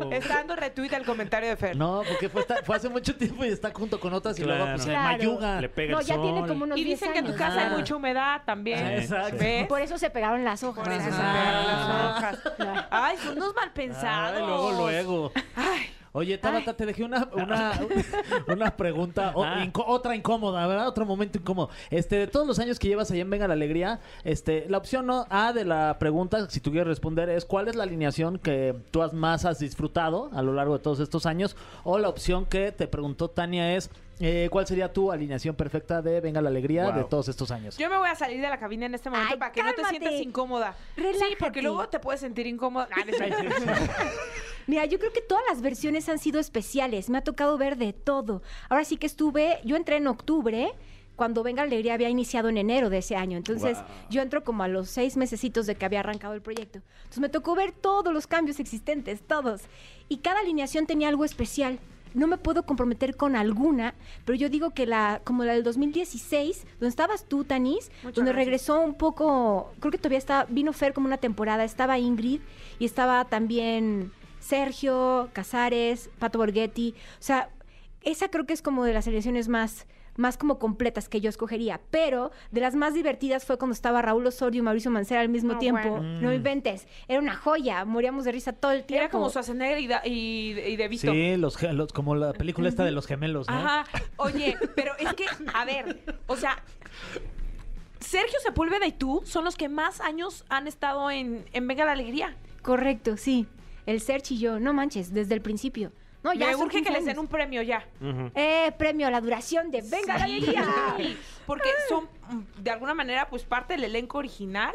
Speaker 3: seco.
Speaker 2: Está dando retweet al comentario de Fer.
Speaker 4: No, porque fue, esta- fue hace mucho tiempo y está junto con otras y luego
Speaker 3: Claro.
Speaker 4: pues se
Speaker 6: Claro.
Speaker 4: mayuga.
Speaker 3: Le pega
Speaker 6: No,
Speaker 3: el
Speaker 6: ya
Speaker 3: sol.
Speaker 6: tiene como unos
Speaker 2: Y
Speaker 6: 10
Speaker 2: dicen que en tu
Speaker 6: años.
Speaker 2: casa
Speaker 4: Ah.
Speaker 2: hay mucha humedad también.
Speaker 3: Sí, exacto.
Speaker 2: ¿Ves?
Speaker 6: Por eso se pegaron las hojas.
Speaker 2: Por eso se
Speaker 6: Ah.
Speaker 2: pegaron
Speaker 4: Ah.
Speaker 2: las hojas. Ay, son unos malpensados.
Speaker 4: Ay, luego, luego. Oye, Tabata, te dejé una, una, una pregunta, o-
Speaker 3: Ah.
Speaker 4: inco- otra incómoda, ¿verdad? Otro momento incómodo. Este, de todos los años que llevas allá en Venga la Alegría, este, la opción no- A de la pregunta, si tú quieres responder, es ¿cuál es la alineación que tú has más has disfrutado a lo largo de todos estos años? O la opción que te preguntó Tania es eh, ¿cuál sería tu alineación perfecta de Venga la Alegría
Speaker 3: Wow.
Speaker 4: de todos estos años?
Speaker 2: Yo me voy a salir de la cabina en este momento
Speaker 6: Ay,
Speaker 2: para que no te
Speaker 6: cálmate.
Speaker 2: sientas incómoda. Sí,
Speaker 6: Relájate.
Speaker 2: porque luego te puedes sentir incómoda. Ah, no es cierto.
Speaker 6: Mira, yo creo que todas las versiones han sido especiales. Me ha tocado ver de todo. Ahora sí que estuve, yo entré en octubre. Cuando Venga la Alegría había iniciado en enero de ese año. Entonces, yo entro como a los seis mesecitos de que había arrancado el proyecto. Entonces, me tocó ver todos los cambios existentes, todos. Y cada alineación tenía algo especial. No me puedo comprometer con alguna, pero yo digo que la, como la del 2016, donde estabas tú, Tanis,
Speaker 2: Muchas
Speaker 6: donde
Speaker 2: gracias.
Speaker 6: regresó regresó un poco, creo que todavía está, vino Fer como una temporada, estaba Ingrid y estaba también Sergio, Casares, Pato Borghetti, o sea, esa creo que es como de las selecciones más, más como completas que yo escogería. Pero de las más divertidas fue cuando estaba Raúl Osorio y Mauricio Mancera al mismo
Speaker 2: No,
Speaker 6: tiempo.
Speaker 2: Ah, bueno.
Speaker 6: No inventes. Era una joya. Moríamos de risa todo el tiempo.
Speaker 2: Era como Schwarzenegger y, Da- y, y De Vito.
Speaker 4: Sí, los, ge- los- como la película esta de los gemelos, ¿no?
Speaker 2: Ajá. Oye, pero es que, a ver, o sea, Sergio Sepúlveda y tú son los que más años han estado en, en Venga la Alegría.
Speaker 6: Correcto, sí. El Serge y yo. No manches, desde el principio. No, ya
Speaker 2: Me
Speaker 6: son
Speaker 2: urge que
Speaker 6: 15
Speaker 2: les den
Speaker 6: años.
Speaker 2: un premio ya.
Speaker 4: Mm.
Speaker 3: Ujú.
Speaker 6: Eh, premio a la duración de Venga la
Speaker 2: Sí.
Speaker 6: Alegría.
Speaker 2: Porque son, mm, de alguna manera, pues parte del elenco original.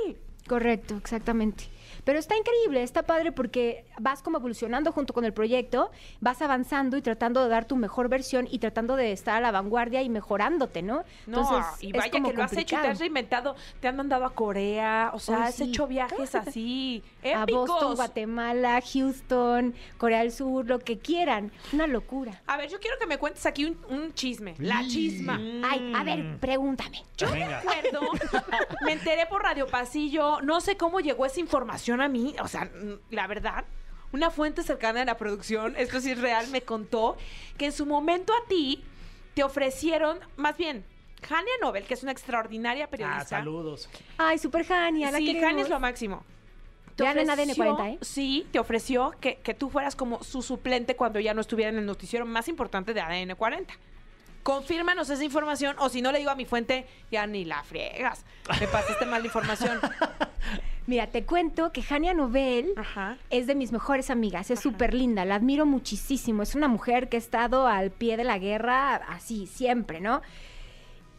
Speaker 6: Correcto, exactamente. Pero está increíble, está padre porque vas como evolucionando junto con el proyecto, vas avanzando y tratando de dar tu mejor versión y tratando de estar a la vanguardia y mejorándote, ¿no?
Speaker 2: No, y
Speaker 6: es
Speaker 2: vaya que
Speaker 6: como
Speaker 2: lo has hecho y te has
Speaker 6: complicado.
Speaker 2: reinventado. Te han mandado a Corea, o sea,
Speaker 6: Oh,
Speaker 2: has
Speaker 6: sí.
Speaker 2: hecho viajes así.
Speaker 6: A
Speaker 2: épicos.
Speaker 6: Boston, Guatemala, Houston, Corea del Sur, lo que quieran. Una locura.
Speaker 2: A ver, yo quiero que me cuentes aquí un, un chisme. La chisma.
Speaker 6: Ay, a
Speaker 2: Mm.
Speaker 6: ver, pregúntame.
Speaker 2: Yo recuerdo, me enteré por Radio Pasillo, no sé cómo llegó esa información a mí, o sea, mm, la verdad, una fuente cercana de la producción, esto sí es real, me contó que en su momento a ti te ofrecieron, más bien, Hania Nobel, que es una extraordinaria periodista.
Speaker 4: Ah, saludos.
Speaker 6: Ay, super Jania, la
Speaker 2: Sí,
Speaker 6: queremos.
Speaker 2: Hania es lo máximo.
Speaker 6: Vean en ADN 40, ¿eh?
Speaker 2: Sí, te ofreció que, que tú fueras como su suplente cuando ya no estuviera en el noticiero más importante de ADN 40. Confírmanos esa información o si no le digo a mi fuente, ya ni la friegas. Me pasaste mala información.
Speaker 6: Mira, te cuento que Jania Nobel
Speaker 2: Ajá.
Speaker 6: es de mis mejores amigas, es súper linda, la admiro muchísimo, es una mujer que ha estado al pie de la guerra así siempre, ¿no?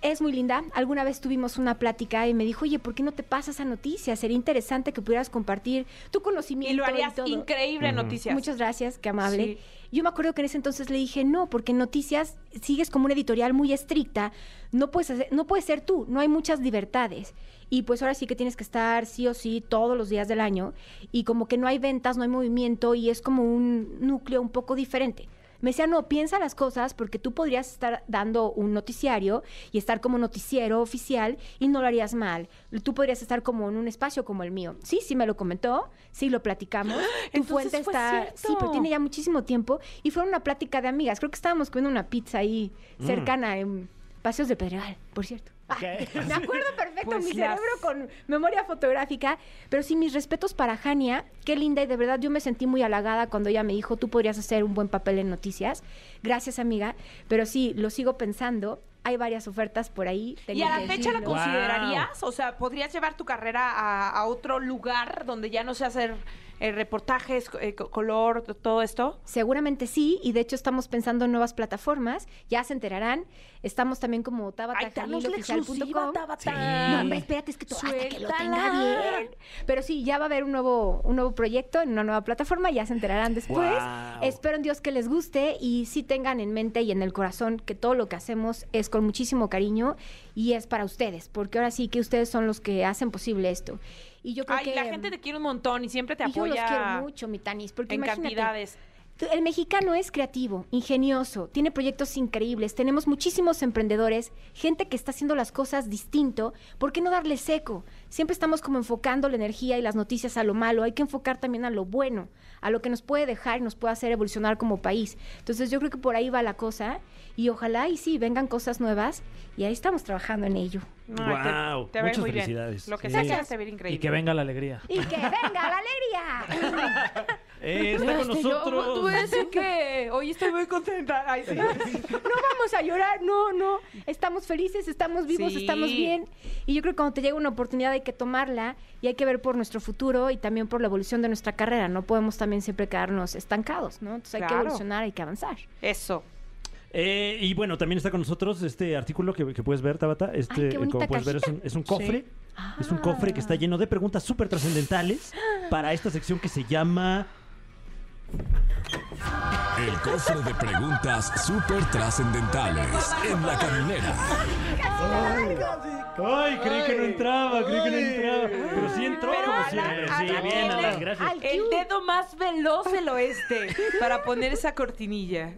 Speaker 6: Es muy linda. Alguna vez tuvimos una plática y me dijo, oye, ¿por qué no te pasas a noticias? Sería interesante que pudieras compartir tu conocimiento.
Speaker 2: Y lo harías
Speaker 6: todo".
Speaker 2: increíble en noticias.
Speaker 6: Muchas gracias, qué amable.
Speaker 2: Sí.
Speaker 6: Yo me acuerdo que en ese entonces le dije, no, porque en noticias sigues como una editorial muy estricta, no puedes, hacer- no puedes ser tú, no hay muchas libertades. Y pues ahora sí que tienes que estar sí o sí todos los días del año y como que no hay ventas, no hay movimiento y es como un núcleo un poco diferente. Me decía, no, piensa las cosas porque tú podrías estar dando un noticiario y estar como noticiero oficial y no lo harías mal. Tú podrías estar como en un espacio como el mío. Sí, sí me lo comentó, sí lo platicamos. Tu
Speaker 2: Entonces
Speaker 6: fuente
Speaker 2: fue
Speaker 6: está... Sí, pero
Speaker 2: cierto.
Speaker 6: tiene ya muchísimo tiempo y fue una plática de amigas. Creo que estábamos comiendo una pizza ahí cercana en Paseos de Pedregal, por cierto. Ah,
Speaker 4: Ok.
Speaker 6: me acuerdo perfecto,
Speaker 2: Pues
Speaker 6: mi
Speaker 2: las-
Speaker 6: cerebro con memoria fotográfica, pero sí mis respetos para Jania, qué linda y de verdad yo me sentí muy halagada cuando ella me dijo, tú podrías hacer un buen papel en noticias. Gracias amiga, pero sí, lo sigo pensando, hay varias ofertas por ahí.
Speaker 2: ¿Y
Speaker 6: tengo
Speaker 2: a la
Speaker 6: que
Speaker 2: fecha la
Speaker 4: Guau.
Speaker 6: decirlo.
Speaker 2: considerarías? O sea, ¿podrías llevar tu carrera a, a otro lugar donde ya no sé hacer eh, reportajes, eh, co- color, todo esto?
Speaker 6: Seguramente sí, y de hecho estamos pensando en nuevas plataformas, ya se enterarán, estamos también como
Speaker 2: Ay, danos la exclusiva,
Speaker 6: tabatajalilooficial.com.
Speaker 2: Tabata.
Speaker 6: No, hombre, espérate, es que tú hasta que lo tenga
Speaker 2: Suéltala.
Speaker 6: bien. Pero sí, ya va a haber un nuevo, un nuevo proyecto en una nueva plataforma, ya se enterarán después.
Speaker 3: Guau.
Speaker 6: Espero en Dios que les guste y sí tengan en mente y en el corazón que todo lo que hacemos es con muchísimo cariño y es para ustedes, porque ahora sí que ustedes son los que hacen posible esto. Y yo creo
Speaker 2: Ay,
Speaker 6: que
Speaker 2: la gente te quiere un montón y siempre te
Speaker 6: y yo
Speaker 2: apoya
Speaker 6: los quiero mucho, mi Tanis, porque
Speaker 2: en
Speaker 6: imagínate,
Speaker 2: cantidades.
Speaker 6: Tú- El mexicano es creativo, ingenioso, tiene proyectos increíbles, tenemos muchísimos emprendedores, gente que está haciendo las cosas distinto, ¿por qué no darle seco? Siempre estamos como enfocando la energía y las noticias a lo malo, hay que enfocar también a lo bueno, a lo que nos puede dejar y nos puede hacer evolucionar como país. Entonces yo creo que por ahí va la cosa y ojalá y sí vengan cosas nuevas y ahí estamos trabajando en ello.
Speaker 2: Ay, te-
Speaker 3: Guau,
Speaker 2: te va a ir
Speaker 3: muchas
Speaker 2: muy bien.
Speaker 3: felicidades.
Speaker 2: Lo que
Speaker 3: Sí.
Speaker 2: sea que hagas te va a ir increíble.
Speaker 4: Y que venga la alegría.
Speaker 6: Y que venga la alegría.
Speaker 3: Eh, está con
Speaker 2: Este, yo voy a
Speaker 3: nosotros.
Speaker 2: decir que hoy estoy muy contenta. Ay, sí.
Speaker 6: no vamos a llorar, no, no. Estamos felices, estamos vivos,
Speaker 2: Sí.
Speaker 6: estamos bien. Y yo creo que cuando te llega una oportunidad hay que tomarla y hay que ver por nuestro futuro y también por la evolución de nuestra carrera. No podemos también siempre quedarnos estancados, ¿no? Entonces hay que
Speaker 2: Claro.
Speaker 6: evolucionar, hay que avanzar.
Speaker 2: Eso.
Speaker 3: Eh, y bueno, también está con nosotros este artículo que, que puedes ver, Tabata. Este,
Speaker 6: qué
Speaker 3: eh,
Speaker 6: bonita
Speaker 3: como puedes ver, es
Speaker 6: cajita.
Speaker 3: un, es un cofre. Es un cofre que está lleno de preguntas súper trascendentales para esta sección que se llama...
Speaker 1: El cofre de preguntas súper trascendentales en la caminera.
Speaker 3: Ay, creí que no entraba, creí que no entraba. Pero sí entró,
Speaker 2: Pero
Speaker 3: como
Speaker 2: Alan,
Speaker 3: siempre.
Speaker 2: Alan
Speaker 3: Sí, bien,
Speaker 2: tiene
Speaker 3: Alan, gracias.
Speaker 6: al-
Speaker 2: El
Speaker 6: Cute.
Speaker 2: dedo más veloz del oeste para poner esa cortinilla.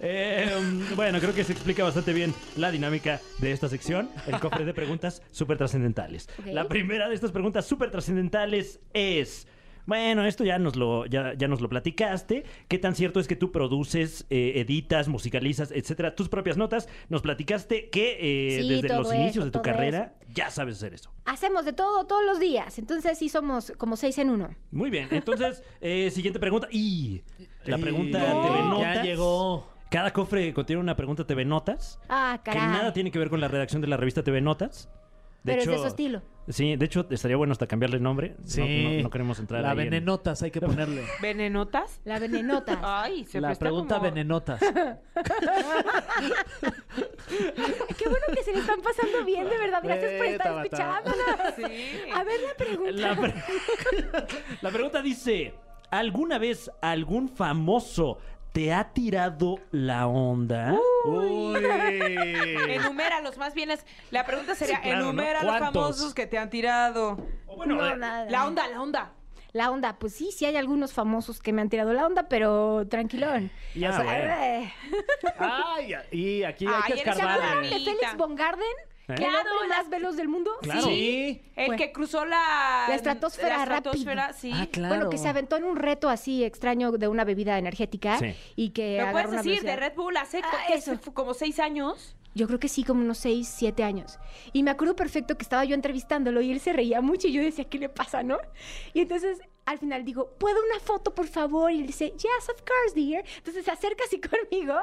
Speaker 3: Eh, um, bueno, creo que se explica bastante bien la dinámica de esta sección, el cofre de preguntas súper trascendentales.
Speaker 6: Ok.
Speaker 3: La primera de estas preguntas súper trascendentales es, bueno, esto ya nos lo, ya, ya nos lo platicaste. ¿Qué tan cierto es que tú produces, eh, editas, musicalizas, etcétera, tus propias notas? Nos platicaste que eh,
Speaker 6: Sí,
Speaker 3: desde
Speaker 6: todo
Speaker 3: los inicios
Speaker 6: eso,
Speaker 3: de tu
Speaker 6: todo
Speaker 3: carrera ya sabes hacer eso.
Speaker 6: Hacemos de todo todos los días. Entonces sí somos como seis en uno.
Speaker 3: Muy bien, entonces, eh, siguiente pregunta. Y la pregunta
Speaker 4: No,
Speaker 3: TV
Speaker 4: ya
Speaker 3: Notas.
Speaker 4: llegó.
Speaker 3: Cada cofre contiene una pregunta TV Notas.
Speaker 6: Ah,
Speaker 3: Que
Speaker 6: caray.
Speaker 3: nada tiene que ver con la redacción de la revista TV Notas. De
Speaker 6: Pero es
Speaker 3: hecho,
Speaker 6: de su estilo.
Speaker 3: Sí, de hecho, estaría bueno hasta cambiarle el nombre. No- No, no queremos entrar
Speaker 4: La
Speaker 3: ahí en-
Speaker 4: venenotas hay que ponerle.
Speaker 2: ¿Venenotas?
Speaker 6: La venenota.
Speaker 2: Ay, se
Speaker 4: La
Speaker 2: presta
Speaker 4: pregunta
Speaker 2: como-
Speaker 4: venenotas.
Speaker 6: Qué bueno que se le están pasando bien, de verdad. Gracias por
Speaker 4: Eh,
Speaker 6: estar
Speaker 4: Tabata.
Speaker 6: escuchándonos.
Speaker 2: Sí.
Speaker 6: A ver la pregunta.
Speaker 3: La, pre- La pregunta dice: ¿Alguna vez algún famoso te ha tirado la onda?
Speaker 6: Uh,
Speaker 4: Uy.
Speaker 2: Enumera los más bienes. La pregunta sería,
Speaker 3: Sí, claro, ¿no?
Speaker 2: enumera los
Speaker 4: ¿Cuántos?
Speaker 2: famosos que te han tirado.
Speaker 3: O bueno,
Speaker 6: No,
Speaker 3: eh,
Speaker 6: nada.
Speaker 2: La onda, la onda.
Speaker 6: La onda, pues sí, sí hay algunos famosos que me han tirado la onda, pero tranquilón.
Speaker 3: Ya,
Speaker 6: O sea,
Speaker 3: bueno.
Speaker 6: eh,
Speaker 4: Ay, y aquí hay
Speaker 2: Ay,
Speaker 4: que
Speaker 2: eres
Speaker 6: ¿Se acuerdan
Speaker 2: Barbarita.
Speaker 6: de
Speaker 4: escarbarle.
Speaker 2: segura?
Speaker 6: Félix von Garden?
Speaker 3: ¿Eh?
Speaker 6: ¿El
Speaker 2: Claro,
Speaker 6: hombre más veloz del mundo?
Speaker 3: Claro.
Speaker 4: Sí.
Speaker 2: El
Speaker 6: Bueno.
Speaker 2: que cruzó la...
Speaker 6: Pues, La estratosfera
Speaker 2: La estratosfera,
Speaker 6: rápido.
Speaker 2: sí.
Speaker 4: Ah, claro.
Speaker 6: Bueno, que se aventó en un reto así extraño de una bebida energética
Speaker 3: Sí.
Speaker 6: y que
Speaker 2: ¿Me
Speaker 6: agarró
Speaker 2: puedes
Speaker 6: una
Speaker 2: decir de
Speaker 6: velocidad.
Speaker 2: Red Bull hace
Speaker 6: Ah,
Speaker 2: co- que
Speaker 6: eso.
Speaker 2: fue como seis años?
Speaker 6: Yo creo que sí, como unos 6, 7 años. Y me acuerdo perfecto que estaba yo entrevistándolo y él se reía mucho y yo decía, ¿qué le pasa, no? Y entonces al final digo, ¿puedo una foto, por favor? Y él dice, Yes, of course, dear. Entonces se acerca así conmigo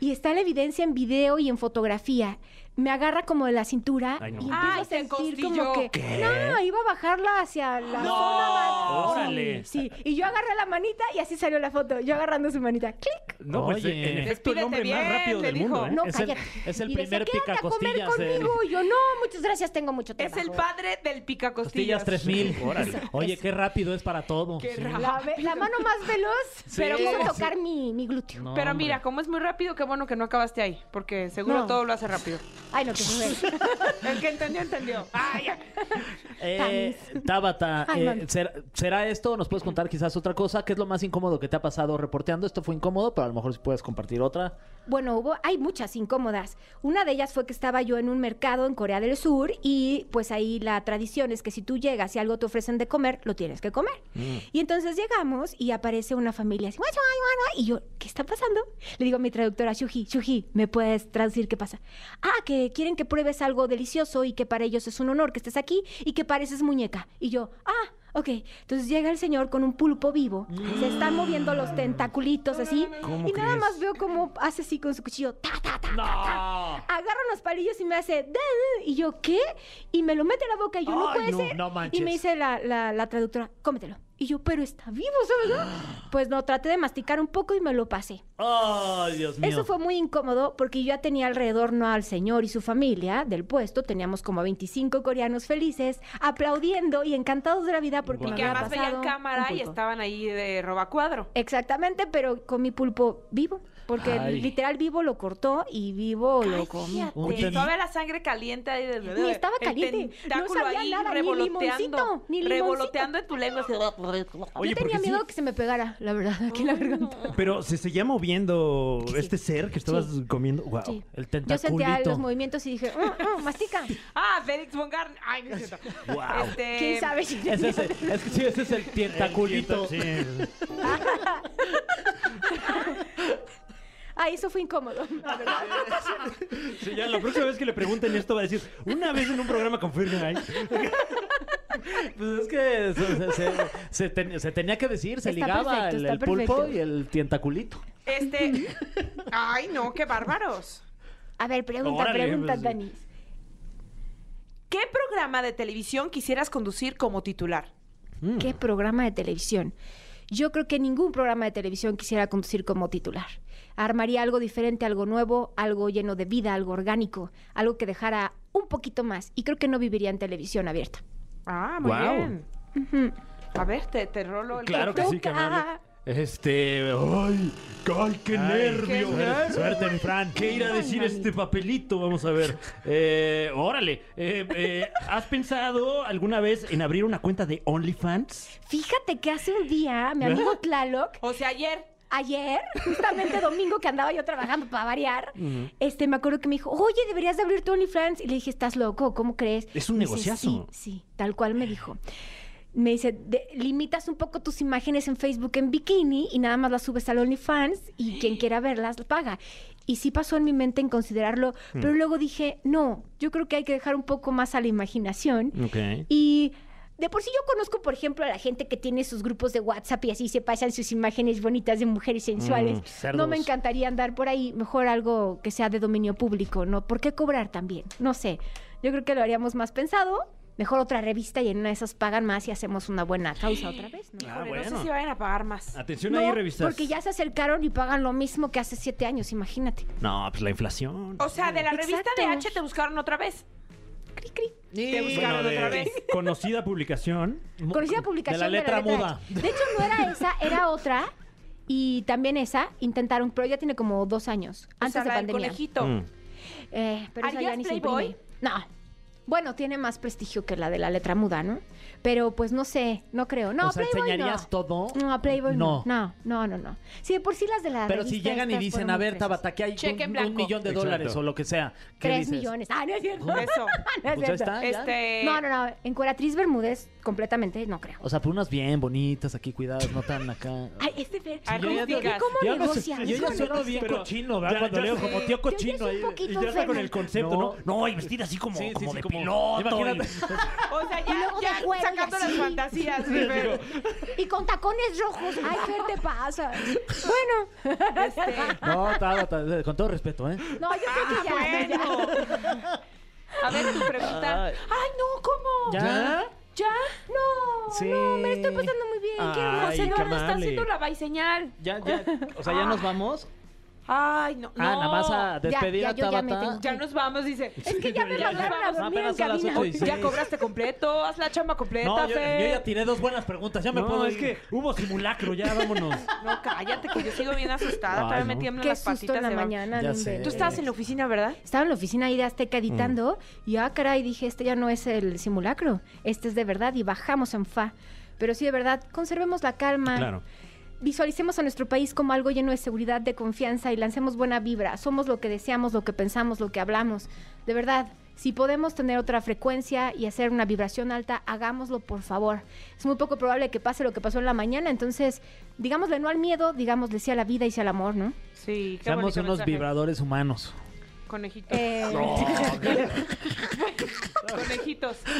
Speaker 6: y está la evidencia en video y en fotografía. Me agarra como de la cintura
Speaker 3: Ay, no.
Speaker 6: y empiezo
Speaker 2: Ay,
Speaker 6: a
Speaker 2: te
Speaker 6: sentir
Speaker 2: encostilló.
Speaker 6: como que...
Speaker 3: ¿Qué?
Speaker 6: No, iba a bajarla hacia la
Speaker 2: ¡No!
Speaker 6: zona más-
Speaker 3: ¡Órale!
Speaker 6: Sí, sí. y yo agarré la manita y así salió la foto. Yo agarrando su manita. ¡Clic!
Speaker 3: No, pues
Speaker 4: Oye.
Speaker 3: en efecto, el
Speaker 2: Despídete
Speaker 3: hombre más
Speaker 2: bien,
Speaker 3: rápido
Speaker 2: le
Speaker 3: del mundo,
Speaker 2: dijo.
Speaker 3: ¿eh?
Speaker 6: No,
Speaker 4: Es el-
Speaker 6: cállate.
Speaker 4: es el
Speaker 6: Y decía,
Speaker 4: primer
Speaker 6: "Quédate a comer
Speaker 4: picacostillas del-
Speaker 6: conmigo. Y yo, no, muchas gracias, tengo mucho
Speaker 2: Es
Speaker 6: trabajo.
Speaker 2: el padre del picacostillas.
Speaker 4: Costillas 3000.
Speaker 3: Órale.
Speaker 4: Oye, qué rápido es para todo.
Speaker 2: Qué
Speaker 4: Sí.
Speaker 2: rápido.
Speaker 6: La, ve- la mano más veloz, pero quiso
Speaker 4: sí.
Speaker 6: tocar mi, mi glúteo.
Speaker 4: No,
Speaker 2: Pero
Speaker 4: hombre.
Speaker 2: mira, como es muy rápido, qué bueno que no acabaste ahí, porque seguro
Speaker 6: No.
Speaker 2: todo lo hace rápido.
Speaker 6: Ay, no, qué fue.
Speaker 2: El que entendió, entendió. Ay, ya.
Speaker 4: Eh, Tabata,
Speaker 6: Ay,
Speaker 4: eh,
Speaker 6: man.
Speaker 4: ¿será, será esto? ¿Nos puedes contar quizás otra cosa? ¿Qué es lo más incómodo que te ha pasado reporteando? Esto fue incómodo, pero a lo mejor si puedes compartir otra.
Speaker 6: Bueno, hubo, hay muchas incómodas. Una de ellas fue que estaba yo en un mercado en Corea del Sur y pues ahí la tradición es que si tú llegas y algo te ofrecen de comer, lo tienes que comer. Y entonces llegamos y aparece una familia así, "Guay, guay, guay, guay", y yo, ¿qué está pasando? Le digo a mi traductora, Shuji, Shuji, ¿me puedes traducir qué pasa? Ah, que quieren que pruebes algo delicioso y que para ellos es un honor que estés aquí y que pareces muñeca. Y yo, ah. Ok, entonces llega el señor con un pulpo vivo, se están moviendo los tentaculitos así,
Speaker 3: ¿Cómo
Speaker 6: y nada
Speaker 3: crees?
Speaker 6: más veo como hace así con su cuchillo, ta, ta, ta, ta, ta. agarra unos palillos y me hace, "Da, da", y yo, ¿qué? Y me lo mete en la boca y yo, no
Speaker 4: Ay,
Speaker 6: puede
Speaker 4: no,
Speaker 6: ser.
Speaker 4: no manches.
Speaker 6: Y me dice la, la- la traductora, cómetelo. Y yo, pero está vivo, ¿sabes? no?". Pues no, traté de masticar un poco y me lo pasé.
Speaker 4: Ay, Dios mío.
Speaker 6: Eso fue muy incómodo porque yo ya tenía alrededor no al señor y su familia del puesto, teníamos como 25 coreanos felices, aplaudiendo y encantados de la vida porque
Speaker 4: Guau.
Speaker 6: me
Speaker 2: Que
Speaker 6: había
Speaker 2: además veían
Speaker 6: pasado un
Speaker 2: cámara y
Speaker 6: pulpo.
Speaker 2: estaban ahí de robacuadro.
Speaker 6: Exactamente, pero con mi pulpo vivo, porque
Speaker 4: Ay.
Speaker 6: literal vivo lo cortó y vivo lo comió.
Speaker 2: Cállate.
Speaker 4: Un
Speaker 2: Y
Speaker 4: ten-
Speaker 2: todavía la sangre caliente ahí del
Speaker 6: Ni estaba
Speaker 2: el
Speaker 6: caliente, no
Speaker 2: tentáculo
Speaker 6: sabía
Speaker 2: ahí
Speaker 6: nada, ni limoncito,
Speaker 2: revoloteando,
Speaker 6: ni limoncito.
Speaker 2: revoloteando en tu lengua. así.
Speaker 3: Oye,
Speaker 6: Yo tenía
Speaker 3: porque sí,
Speaker 6: miedo que se me pegara, la verdad, aquí en la garganta.
Speaker 3: pero se seguía moviendo
Speaker 6: Que sí.
Speaker 3: este ser que estabas
Speaker 6: Sí.
Speaker 3: comiendo. Wow.
Speaker 6: Sí.
Speaker 4: El
Speaker 6: Yo sentía
Speaker 4: tentaculito.
Speaker 6: los movimientos y dije, "Mm, mm, mastica.
Speaker 2: Ah, Félix von Garn. Ay, no es cierto.
Speaker 3: Wow.
Speaker 2: Este,
Speaker 6: ¿Quién sabe si
Speaker 4: Es, ese, es que sí, ese es el tentaculito.
Speaker 3: Sí.
Speaker 6: Ah, eso fue incómodo. la verdad.
Speaker 3: Sí, ya la próxima vez que le pregunten esto va a decir, una vez en un programa con Fergay.
Speaker 4: Pues es que se, se- se- se ten- se tenía que decir, se
Speaker 6: Está
Speaker 4: ligaba
Speaker 6: perfecto,
Speaker 4: el,
Speaker 6: está
Speaker 4: el pulpo
Speaker 6: perfecto.
Speaker 4: y el tentaculito.
Speaker 2: Este. Ay, no, qué bárbaros.
Speaker 6: A ver, pregunta,
Speaker 3: Órale,
Speaker 6: pregunta,
Speaker 3: pues,
Speaker 6: Danis.
Speaker 2: ¿Qué programa de televisión quisieras conducir como titular?
Speaker 6: ¿Qué programa de televisión? Yo creo que ningún programa de televisión quisiera conducir como titular. Armaría algo diferente, algo nuevo, algo lleno de vida, algo orgánico, algo que dejara un poquito más. Y creo que no viviría en televisión abierta.
Speaker 2: Ah, muy
Speaker 3: Guau.
Speaker 2: bien. A ver, te, te rolo el.
Speaker 3: Claro que sí, que amable. Este. ¡Ay! ¡Ay, qué nervio!
Speaker 2: qué nervio.
Speaker 3: Suerte, mi Fran. ¿Qué irá a decir este papelito? Vamos a ver. Eh, órale. Eh, eh, ¿Has pensado alguna vez en abrir una cuenta de OnlyFans?
Speaker 6: Fíjate que hace un día mi amigo Tlaloc,
Speaker 2: O sea, ayer.
Speaker 6: ayer, justamente domingo que andaba yo trabajando para variar, este, me acuerdo que me dijo, oye, deberías de abrir tu OnlyFans. Y le dije, ¿estás loco? ¿Cómo crees?
Speaker 3: Es un
Speaker 6: Me dice,
Speaker 3: negociazo.
Speaker 6: sí, sí, tal cual me dijo. me dice, "De- limitas un poco tus imágenes en Facebook en bikini y nada más las subes al OnlyFans y quien quiera verlas paga. Y sí pasó en mi mente en considerarlo,
Speaker 3: Mm.
Speaker 6: pero luego dije, no, yo creo que hay que dejar un poco más a la imaginación.
Speaker 3: Ok.
Speaker 6: Y de por sí yo conozco, por ejemplo, a la gente que tiene sus grupos de WhatsApp y así se pasan sus imágenes bonitas de mujeres sensuales.
Speaker 3: Mm, cerdos.
Speaker 6: no me encantaría andar por ahí, mejor algo que sea de dominio público, ¿no? ¿Por qué cobrar también? No sé. Yo creo que lo haríamos más pensado. Mejor otra revista y en una de esas pagan más y hacemos una buena causa otra vez, ¿no?
Speaker 2: Híjole,
Speaker 3: Ah,
Speaker 2: No
Speaker 3: bueno.
Speaker 2: sé si vayan a pagar más.
Speaker 3: Atención
Speaker 6: No,
Speaker 3: ahí, revistas.
Speaker 6: porque ya se acercaron y pagan lo mismo que hace siete años, imagínate.
Speaker 3: No, pues la inflación.
Speaker 4: Oh,
Speaker 2: O sea, de la revista de
Speaker 6: Exacto.
Speaker 2: H te buscaron otra vez.
Speaker 6: Cri, cri.
Speaker 2: Te buscaron
Speaker 3: Bueno, de
Speaker 2: otra vez.
Speaker 3: conocida publicación.
Speaker 6: Conocida publicación
Speaker 4: de la letra muda.
Speaker 6: H. De hecho, no era esa, era otra. Y también esa intentaron, pero ya tiene como dos años,
Speaker 2: O
Speaker 6: antes
Speaker 2: sea,
Speaker 6: de
Speaker 2: la del
Speaker 6: pandemia.
Speaker 2: conejito.
Speaker 3: Mm.
Speaker 6: Eh, pero esa ya
Speaker 2: ¿Harías
Speaker 6: ni se
Speaker 2: Playboy?
Speaker 6: imprime. No. Bueno, tiene más prestigio que la de la letra muda, ¿no? Pero pues no sé, no creo. No,
Speaker 4: o sea,
Speaker 6: Playboy
Speaker 4: enseñarías
Speaker 6: no.
Speaker 4: todo.
Speaker 6: No, a Playboy no.
Speaker 4: No.
Speaker 6: No, no, no, no. Sí, de por sí las de la
Speaker 4: Pero si
Speaker 6: revista
Speaker 4: llegan y
Speaker 6: estas
Speaker 4: dicen,
Speaker 6: fueron
Speaker 4: a
Speaker 6: muy
Speaker 4: ver,
Speaker 6: fresas.
Speaker 4: Tabata, aquí hay
Speaker 2: Cheque en
Speaker 4: un, un
Speaker 2: blanco.
Speaker 4: millón de
Speaker 3: Exacto.
Speaker 4: dólares o lo que sea. ¿Qué
Speaker 6: Tres
Speaker 4: dices?
Speaker 6: millones. Ah, no es cierto. No es
Speaker 2: Eso.
Speaker 4: Pues ya
Speaker 6: cierto.
Speaker 4: está, ya.
Speaker 2: Este.
Speaker 6: No, no, no. En Curatriz Bermúdez, completamente no creo.
Speaker 4: O sea, por unas bien bonitas aquí, cuidadas, no tan acá.
Speaker 6: Ay, este Fer.
Speaker 2: A ver, ¿cómo
Speaker 6: Oye,
Speaker 2: digas?
Speaker 6: ¿Cómo
Speaker 4: Yo ya no sé-
Speaker 6: negocia?
Speaker 4: yo ya
Speaker 6: ¿Cómo
Speaker 4: sueno
Speaker 6: negocia?
Speaker 4: bien
Speaker 3: Pero
Speaker 4: cochino, ¿verdad?
Speaker 3: ya-
Speaker 4: Cuando
Speaker 3: ya
Speaker 4: leo
Speaker 3: sé.
Speaker 4: como tío cochino.
Speaker 6: soy un
Speaker 4: ahí.
Speaker 6: poquito-
Speaker 3: Y ya está con el concepto, ¿no?
Speaker 4: No.
Speaker 3: No, y vestida así como,
Speaker 4: Sí, sí,
Speaker 3: como
Speaker 4: sí,
Speaker 3: de
Speaker 4: como-
Speaker 3: piloto. y-
Speaker 4: Imagínate.
Speaker 2: O sea,
Speaker 6: Y
Speaker 2: ya,
Speaker 6: luego de
Speaker 2: ya
Speaker 6: cuero y
Speaker 2: sacando las
Speaker 6: así.
Speaker 2: fantasías. mi Fer.
Speaker 6: Y con tacones rojos. Ay, Fer, te pasa. Bueno.
Speaker 2: Este,
Speaker 4: No, Tabata, con todo respeto, ¿eh?
Speaker 6: No, yo creo que ya. ya,
Speaker 2: Bueno.
Speaker 6: ya.
Speaker 2: A ver, tu pregunta. Ay, no, ¿cómo?
Speaker 4: ¿Ya?
Speaker 2: ¿Ya?
Speaker 6: No,
Speaker 4: Sí.
Speaker 6: no, me la estoy pasando muy bien. Quiero
Speaker 4: Ay,
Speaker 6: más.
Speaker 2: No, señor, no está
Speaker 4: Kamale.
Speaker 2: haciendo la baiseñal.
Speaker 4: Ya, ya. O sea, ¿ya nos vamos?
Speaker 2: Ay, no.
Speaker 4: Ah,
Speaker 2: no.
Speaker 4: nada más a despedir
Speaker 6: ya,
Speaker 4: a
Speaker 6: yo ya me
Speaker 4: Tabata.
Speaker 6: tengo
Speaker 2: Ya nos vamos, dice.
Speaker 6: Es que ya me
Speaker 2: Ya, ya.
Speaker 6: mandaron a
Speaker 2: No,
Speaker 6: dormir en
Speaker 4: apenas a las
Speaker 6: cabina.
Speaker 4: ocho y- Sí.
Speaker 2: Ya cobraste completo, haz la chamba completa,
Speaker 4: No, yo, yo
Speaker 2: Fer.
Speaker 4: ya tiré dos buenas preguntas, ya me
Speaker 3: No,
Speaker 4: puedo
Speaker 3: es
Speaker 4: ir.
Speaker 3: que hubo simulacro, ya vámonos.
Speaker 2: No, cállate, que yo sigo bien asustada.
Speaker 3: Ay,
Speaker 2: Todavía me
Speaker 3: no.
Speaker 2: tiemblan
Speaker 6: Qué
Speaker 2: las
Speaker 6: susto
Speaker 2: patitas
Speaker 6: en la
Speaker 2: de Bambi.
Speaker 6: mañana.
Speaker 4: Ya
Speaker 6: no
Speaker 4: sé.
Speaker 6: inventes.
Speaker 2: Tú estabas en la oficina, ¿verdad?
Speaker 6: Estaba en la oficina ahí de Azteca editando y ah, caray, dije, este ya no es el simulacro, este es de verdad y bajamos en fa. Pero sí, de verdad, conservemos la calma.
Speaker 3: Claro.
Speaker 6: Visualicemos a nuestro país como algo lleno de seguridad, de confianza y lancemos buena vibra. Somos lo que deseamos, lo que pensamos, lo que hablamos. De verdad, si podemos tener otra frecuencia y hacer una vibración alta, hagámoslo por favor. Es muy poco probable que pase lo que pasó en la mañana, entonces digámosle no al miedo, digámosle sí a la vida y sí al amor, ¿no?
Speaker 2: Sí, qué
Speaker 4: Seamos
Speaker 2: bonito
Speaker 4: unos
Speaker 2: mensaje.
Speaker 4: vibradores humanos.
Speaker 2: Conejitos.
Speaker 6: Eh,
Speaker 2: Conejitos.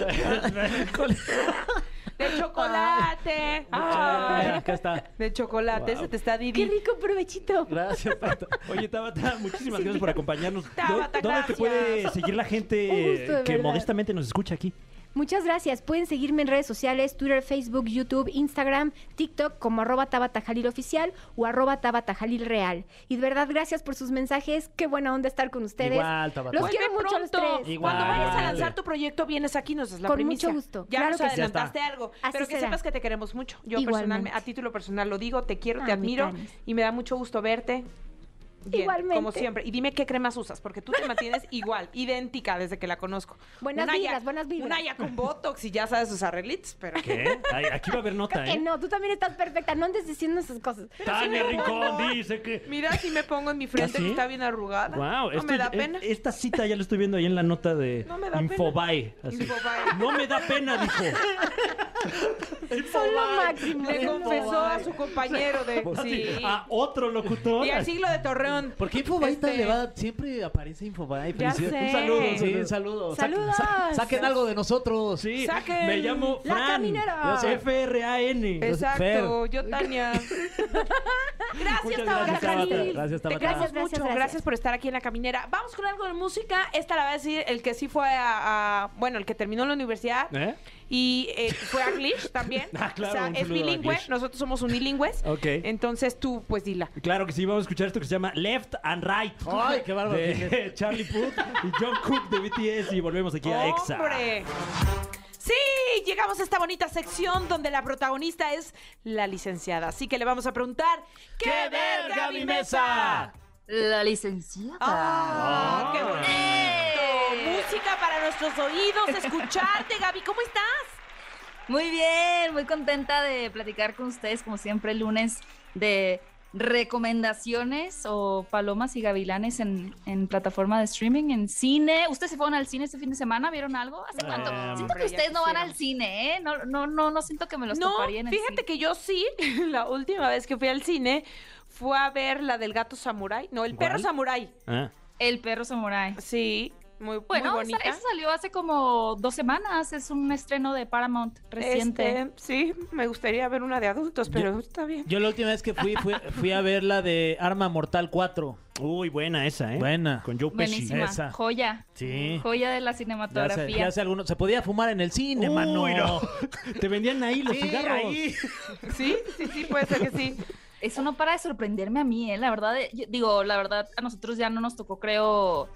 Speaker 2: De chocolate. Ay.
Speaker 4: Mira, acá está.
Speaker 2: De chocolate, ese te está
Speaker 6: ¡Qué
Speaker 2: dividiendo.
Speaker 6: rico provechito!
Speaker 4: Gracias, Tabata.
Speaker 3: Oye, Tabata, muchísimas gracias por acompañarnos. ¿Dó-
Speaker 2: Tabata,
Speaker 3: ¿Dónde te
Speaker 2: gracias.
Speaker 3: puede seguir la gente
Speaker 6: Un gusto, de
Speaker 3: que
Speaker 6: verdad.
Speaker 3: modestamente nos escucha aquí?
Speaker 6: Muchas gracias. Pueden seguirme en redes sociales, Twitter, Facebook, YouTube, Instagram, TikTok como arroba tabatajalil oficial o arroba tabatajalil real. Y de verdad, gracias por sus mensajes. Qué buena onda estar con ustedes.
Speaker 4: Igual, Tabata.
Speaker 6: Los quiero mucho a los tres.
Speaker 4: Igual.
Speaker 2: Cuando vayas a lanzar tu proyecto, vienes aquí, nos das la
Speaker 6: Con
Speaker 2: primicia.
Speaker 6: mucho gusto.
Speaker 2: Ya
Speaker 6: Claro
Speaker 2: nos
Speaker 6: que sí.
Speaker 2: adelantaste
Speaker 4: Ya
Speaker 2: algo.
Speaker 6: Así
Speaker 2: pero que
Speaker 6: será.
Speaker 2: sepas que te queremos mucho. Yo
Speaker 6: Igualmente.
Speaker 2: personalmente, a título personal lo digo, te quiero, te
Speaker 6: Ay,
Speaker 2: admiro
Speaker 6: mi Canis.
Speaker 2: y me da mucho gusto verte. Bien,
Speaker 6: Igualmente.
Speaker 2: Como siempre. Y dime qué cremas usas, porque tú te mantienes igual, idéntica desde que la conozco.
Speaker 6: Buenas
Speaker 2: Una ya-
Speaker 6: vibras, buenas vibras.
Speaker 2: Una ya con Botox y ya sabes sus arreglitos, pero...
Speaker 3: ¿Qué? Ay, Aquí va a haber nota,
Speaker 6: Que
Speaker 3: ¿eh?
Speaker 6: no, tú también estás perfecta. No andes diciendo esas cosas.
Speaker 3: Tania Rincón dice que...
Speaker 2: Mira si me pongo en mi frente
Speaker 3: ¿Ah, sí?
Speaker 2: que está bien arrugada.
Speaker 3: Wow,
Speaker 2: no me da pena.
Speaker 3: esta cita ya la estoy viendo ahí en la nota de
Speaker 2: No me da pena.
Speaker 3: Infobae. así.
Speaker 2: Infobae.
Speaker 3: No me da pena, dijo.
Speaker 6: Son lo máximo.
Speaker 2: Le confesó a su compañero de...
Speaker 3: Así,
Speaker 2: Sí.
Speaker 3: A otro locutor.
Speaker 2: Y al siglo de Torreón.
Speaker 4: ¿Por qué Infobae tan
Speaker 2: Este-
Speaker 4: elevada? Siempre aparece Infobae.
Speaker 2: Ya
Speaker 4: felicidades.
Speaker 2: sé.
Speaker 4: Un saludo. Sí, un saludo. Sa-
Speaker 6: Saludos.
Speaker 4: sa- saquen algo de nosotros.
Speaker 3: Sí,
Speaker 2: Saquen
Speaker 3: me llamo
Speaker 6: la
Speaker 3: Fran.
Speaker 6: caminera.
Speaker 3: F-R-A-N.
Speaker 2: Exacto, yo Tania. gracias,
Speaker 3: Muchas
Speaker 2: Tabata
Speaker 3: gracias, Tabata.
Speaker 2: Jalil.
Speaker 4: Gracias,
Speaker 2: Te
Speaker 4: Tabata.
Speaker 2: queremos
Speaker 6: Gracias,
Speaker 2: mucho.
Speaker 6: gracias, gracias.
Speaker 2: Gracias por estar aquí en La Caminera. Vamos con algo de música. Esta la va a decir el que sí fue a, a- bueno, el que terminó la universidad.
Speaker 3: ¿Eh?
Speaker 2: Y eh, fue a Glitch también.
Speaker 3: Ah, claro,
Speaker 2: o sea,
Speaker 3: un
Speaker 2: es
Speaker 3: saludo a
Speaker 2: bilingüe,
Speaker 3: Glitch.
Speaker 2: nosotros somos unilingües.
Speaker 3: Ok.
Speaker 2: Entonces tú, pues dila.
Speaker 3: Claro que sí, vamos a escuchar esto que se llama Left and Right.
Speaker 4: Ay, qué bárbaro.
Speaker 3: De Charlie Puth y John Cook de BTS y volvemos aquí a EXA.
Speaker 2: ¡Hombre! Sí, llegamos a esta bonita sección donde la protagonista es la licenciada. Así que le vamos a preguntar: ¡Qué verga mi mesa!
Speaker 7: La licenciada.
Speaker 2: ¡Ah!
Speaker 3: Ah.
Speaker 2: ¡Qué bonito! Música para nuestros oídos, escucharte, Gaby. ¿Cómo estás?
Speaker 7: Muy bien, muy contenta de platicar con ustedes como siempre el lunes de recomendaciones o palomas y gavilanes en, en plataforma de streaming, en cine. ¿Ustedes se fueron al cine este fin de semana? ¿Vieron algo? ¿Hace cuánto?
Speaker 2: Ah.
Speaker 4: Em,
Speaker 3: Eh,
Speaker 7: siento
Speaker 2: hombre,
Speaker 7: que
Speaker 2: ya
Speaker 7: ustedes no van
Speaker 2: quisiéramos.
Speaker 7: al cine, ¿eh? No, no, no, no siento que me los
Speaker 2: No,
Speaker 7: toparía en el
Speaker 2: fíjate
Speaker 7: cine.
Speaker 2: que yo sí, la última vez que fui al cine fue a ver la del gato samurái. No, el perro
Speaker 3: ¿Cuál?
Speaker 2: samurái.
Speaker 3: Ah,
Speaker 7: El perro samurai.
Speaker 2: Sí, muy, Pues, muy
Speaker 7: Bueno, esa,
Speaker 2: bonita.
Speaker 7: esa salió hace como dos semanas. Es un estreno de Paramount reciente.
Speaker 2: Este, sí, me gustaría ver una de adultos, pero está bien.
Speaker 4: Yo la última vez que fui, fui, fui a ver la de Arma Mortal 4.
Speaker 3: Uy, buena esa, ¿eh?
Speaker 4: Buena.
Speaker 3: Con Joe Pesci.
Speaker 7: Buenísima.
Speaker 4: esa.
Speaker 7: Joya.
Speaker 4: Sí.
Speaker 7: Joya de
Speaker 4: Ya
Speaker 7: la
Speaker 4: hace,
Speaker 7: cinematografía.
Speaker 4: ya hace algunos- Se podía fumar en el cine,
Speaker 3: Uy,
Speaker 4: mano.
Speaker 3: no. Te vendían ahí los
Speaker 4: Sí,
Speaker 3: cigarros.
Speaker 4: ahí.
Speaker 2: Sí, sí, sí, puede ser que sí.
Speaker 7: Eso no para de sorprenderme a mí, ¿eh? La verdad, eh, yo- digo, la verdad, a nosotros ya no nos tocó, creo,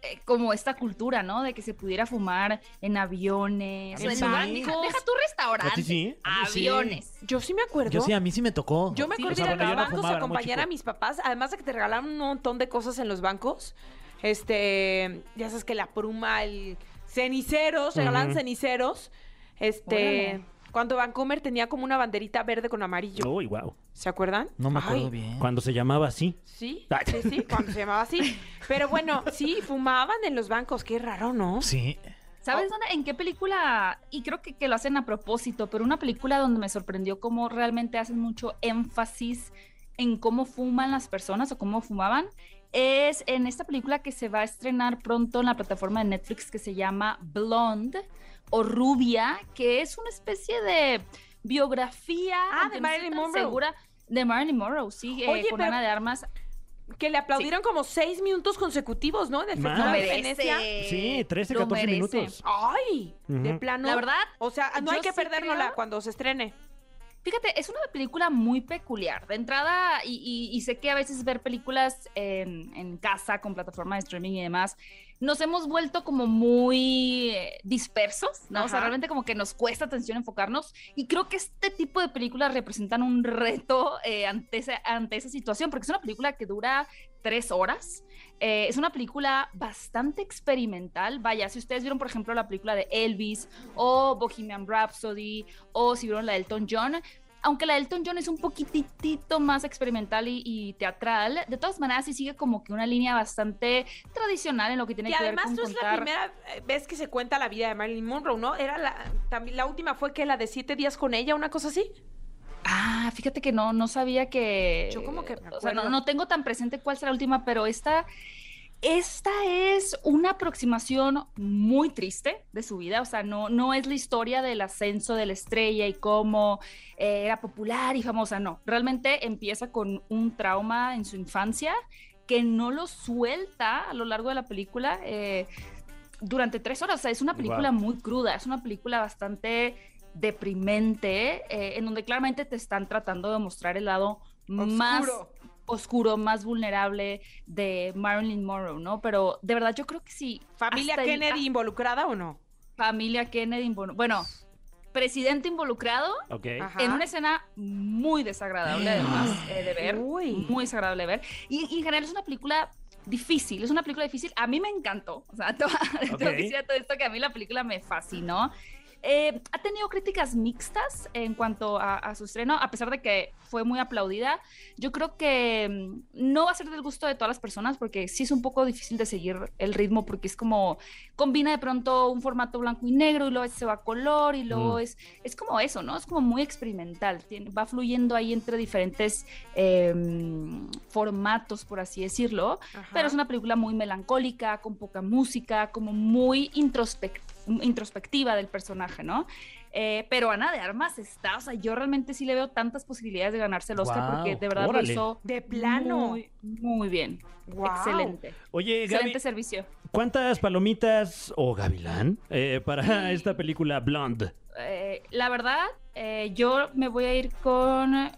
Speaker 7: eh, como esta cultura, ¿no? De que se pudiera fumar en aviones,
Speaker 3: A mí
Speaker 7: en
Speaker 3: sí.
Speaker 7: bancos. Deja tu restaurante.
Speaker 3: ¿A ti sí?
Speaker 4: A mí sí.
Speaker 7: Aviones.
Speaker 2: Yo sí me acuerdo.
Speaker 4: Yo sí, a mí sí me tocó.
Speaker 2: Yo me
Speaker 7: Sí,
Speaker 2: acuerdo
Speaker 7: o
Speaker 2: de
Speaker 7: sea,
Speaker 2: ir a
Speaker 7: bueno, yo
Speaker 2: los bancos
Speaker 7: no
Speaker 4: fumaba,
Speaker 2: a
Speaker 4: era muy
Speaker 2: acompañar a
Speaker 4: chico.
Speaker 2: mis papás, además de que te regalaban un montón de cosas en los bancos. Este, ya sabes que la pluma, el ceniceros, regalaban
Speaker 3: Ujú.
Speaker 2: ceniceros. Este,
Speaker 7: Órale.
Speaker 2: cuando Vancomer tenía como una banderita verde con amarillo.
Speaker 3: Uy, wow.
Speaker 2: ¿Se acuerdan?
Speaker 4: No me acuerdo
Speaker 2: Ay,
Speaker 4: bien.
Speaker 3: Cuando se llamaba así.
Speaker 2: Sí,
Speaker 3: Ay.
Speaker 2: sí, sí, cuando se llamaba así. Pero bueno, sí, fumaban en los bancos, qué raro, ¿no?
Speaker 4: Sí.
Speaker 2: Oh.
Speaker 7: ¿Sabes dónde, en qué película? Y creo que, que lo hacen a propósito, pero una película donde me sorprendió cómo realmente hacen mucho énfasis en cómo fuman las personas o cómo fumaban. Es en esta película que se va a estrenar pronto en la plataforma de Netflix que se llama Blonde o Rubia, que es una especie de biografía
Speaker 2: Ah,
Speaker 7: aunque
Speaker 2: de
Speaker 7: no estoy
Speaker 2: Marilyn
Speaker 7: tan
Speaker 2: Monroe.
Speaker 7: segura, de Marilyn Monroe, sí, eh,
Speaker 2: Oye,
Speaker 7: con
Speaker 2: pero- Ah,
Speaker 7: Ana de Armas.
Speaker 2: Que le aplaudieron como seis minutos consecutivos, ¿no? En el
Speaker 3: Más.
Speaker 2: Festival de
Speaker 7: Merece,
Speaker 2: Venecia.
Speaker 3: Sí, 13,
Speaker 7: Eh, lo
Speaker 3: 14
Speaker 7: merece.
Speaker 3: minutos.
Speaker 2: Ay, de
Speaker 3: Ujú.
Speaker 2: plano.
Speaker 7: La verdad,
Speaker 2: O sea, no hay
Speaker 7: yo
Speaker 2: que
Speaker 7: sí
Speaker 2: perdérnosla
Speaker 7: creo-
Speaker 2: cuando se estrene.
Speaker 7: Fíjate, es una película muy peculiar. De entrada, y, y- y sé que a veces ver películas en, en casa, con plataforma de streaming y demás, nos hemos vuelto como muy eh, dispersos, ¿no? O sea,
Speaker 2: Ajá.
Speaker 7: realmente como que nos cuesta atención enfocarnos. Y creo que este tipo de películas representan un reto eh, ante, esa, ante esa situación, porque es una película que dura tres horas. Eh, es una película bastante experimental. Vaya, si ustedes vieron, por ejemplo, la película de Elvis o Bohemian Rhapsody o si vieron la de Elton John, aunque la de Elton John es un poquitito más experimental y, y teatral, de todas maneras sí sigue como que una línea bastante tradicional en lo que tiene
Speaker 2: Y
Speaker 7: que ver
Speaker 2: además
Speaker 7: con
Speaker 2: no es la
Speaker 7: contar-
Speaker 2: primera eh, vez que se cuenta la vida de Marilyn Monroe, ¿no? Era la, también la última fue que la de siete días con ella, una cosa así.
Speaker 7: Ah, fíjate que no, no sabía que.
Speaker 2: Yo como que me
Speaker 7: O sea, no,
Speaker 2: acuerdo.
Speaker 7: no tengo tan presente cuál será la última, pero esta. Esta es una aproximación muy triste de su vida, o sea, no, no es la historia del ascenso de la estrella y cómo eh, era popular y famosa, no, realmente empieza con un trauma en su infancia que no lo suelta a lo largo de la película eh, durante tres horas, o sea, es una película muy cruda, es una película bastante deprimente, eh, en donde claramente te están tratando de mostrar el lado más
Speaker 2: Oscuro.
Speaker 7: oscuro, más vulnerable de Marilyn Monroe, ¿no? Pero de verdad yo creo que sí.
Speaker 2: ¿Familia
Speaker 7: hasta el-
Speaker 2: Kennedy involucrada o no?
Speaker 7: ah, familia Kennedy. involu- Bueno, presidente involucrado
Speaker 3: Ok.
Speaker 2: Ajá.
Speaker 7: en una escena muy desagradable además eh, de ver.
Speaker 2: Uy.
Speaker 7: Muy desagradable de ver. Y, y en general es una película difícil, es una película difícil. A mí me encantó. O sea, te voy a- te voy a
Speaker 3: Ok.
Speaker 7: decir a todo esto que a mí la película me fascinó. Eh, ha tenido críticas mixtas en cuanto a, a su estreno, a pesar de que fue muy aplaudida. Yo creo que mm, no va a ser del gusto de todas las personas porque sí es un poco difícil de seguir el ritmo porque es como combina de pronto un formato blanco y negro y luego este se va a color y luego
Speaker 3: Mm.
Speaker 7: es, es como eso, ¿no? Es como muy experimental, tiene- va fluyendo ahí entre diferentes eh, formatos, por así decirlo,
Speaker 2: Ajá.
Speaker 7: pero es una película muy melancólica, con poca música, como muy introspec- introspectiva del personaje, ¿no? Eh, pero Ana de Armas está, o sea, yo realmente sí le veo tantas posibilidades de ganarse el Oscar
Speaker 4: Guau,
Speaker 7: porque de verdad
Speaker 3: órale.
Speaker 7: lo hizo
Speaker 2: De plano.
Speaker 7: muy, muy bien,
Speaker 2: Guau.
Speaker 7: excelente,
Speaker 3: Oye, Gaby,
Speaker 7: excelente servicio.
Speaker 3: ¿cuántas palomitas o gavilán eh, para esta película Blonde?
Speaker 7: Eh, la verdad, eh, yo me voy a ir con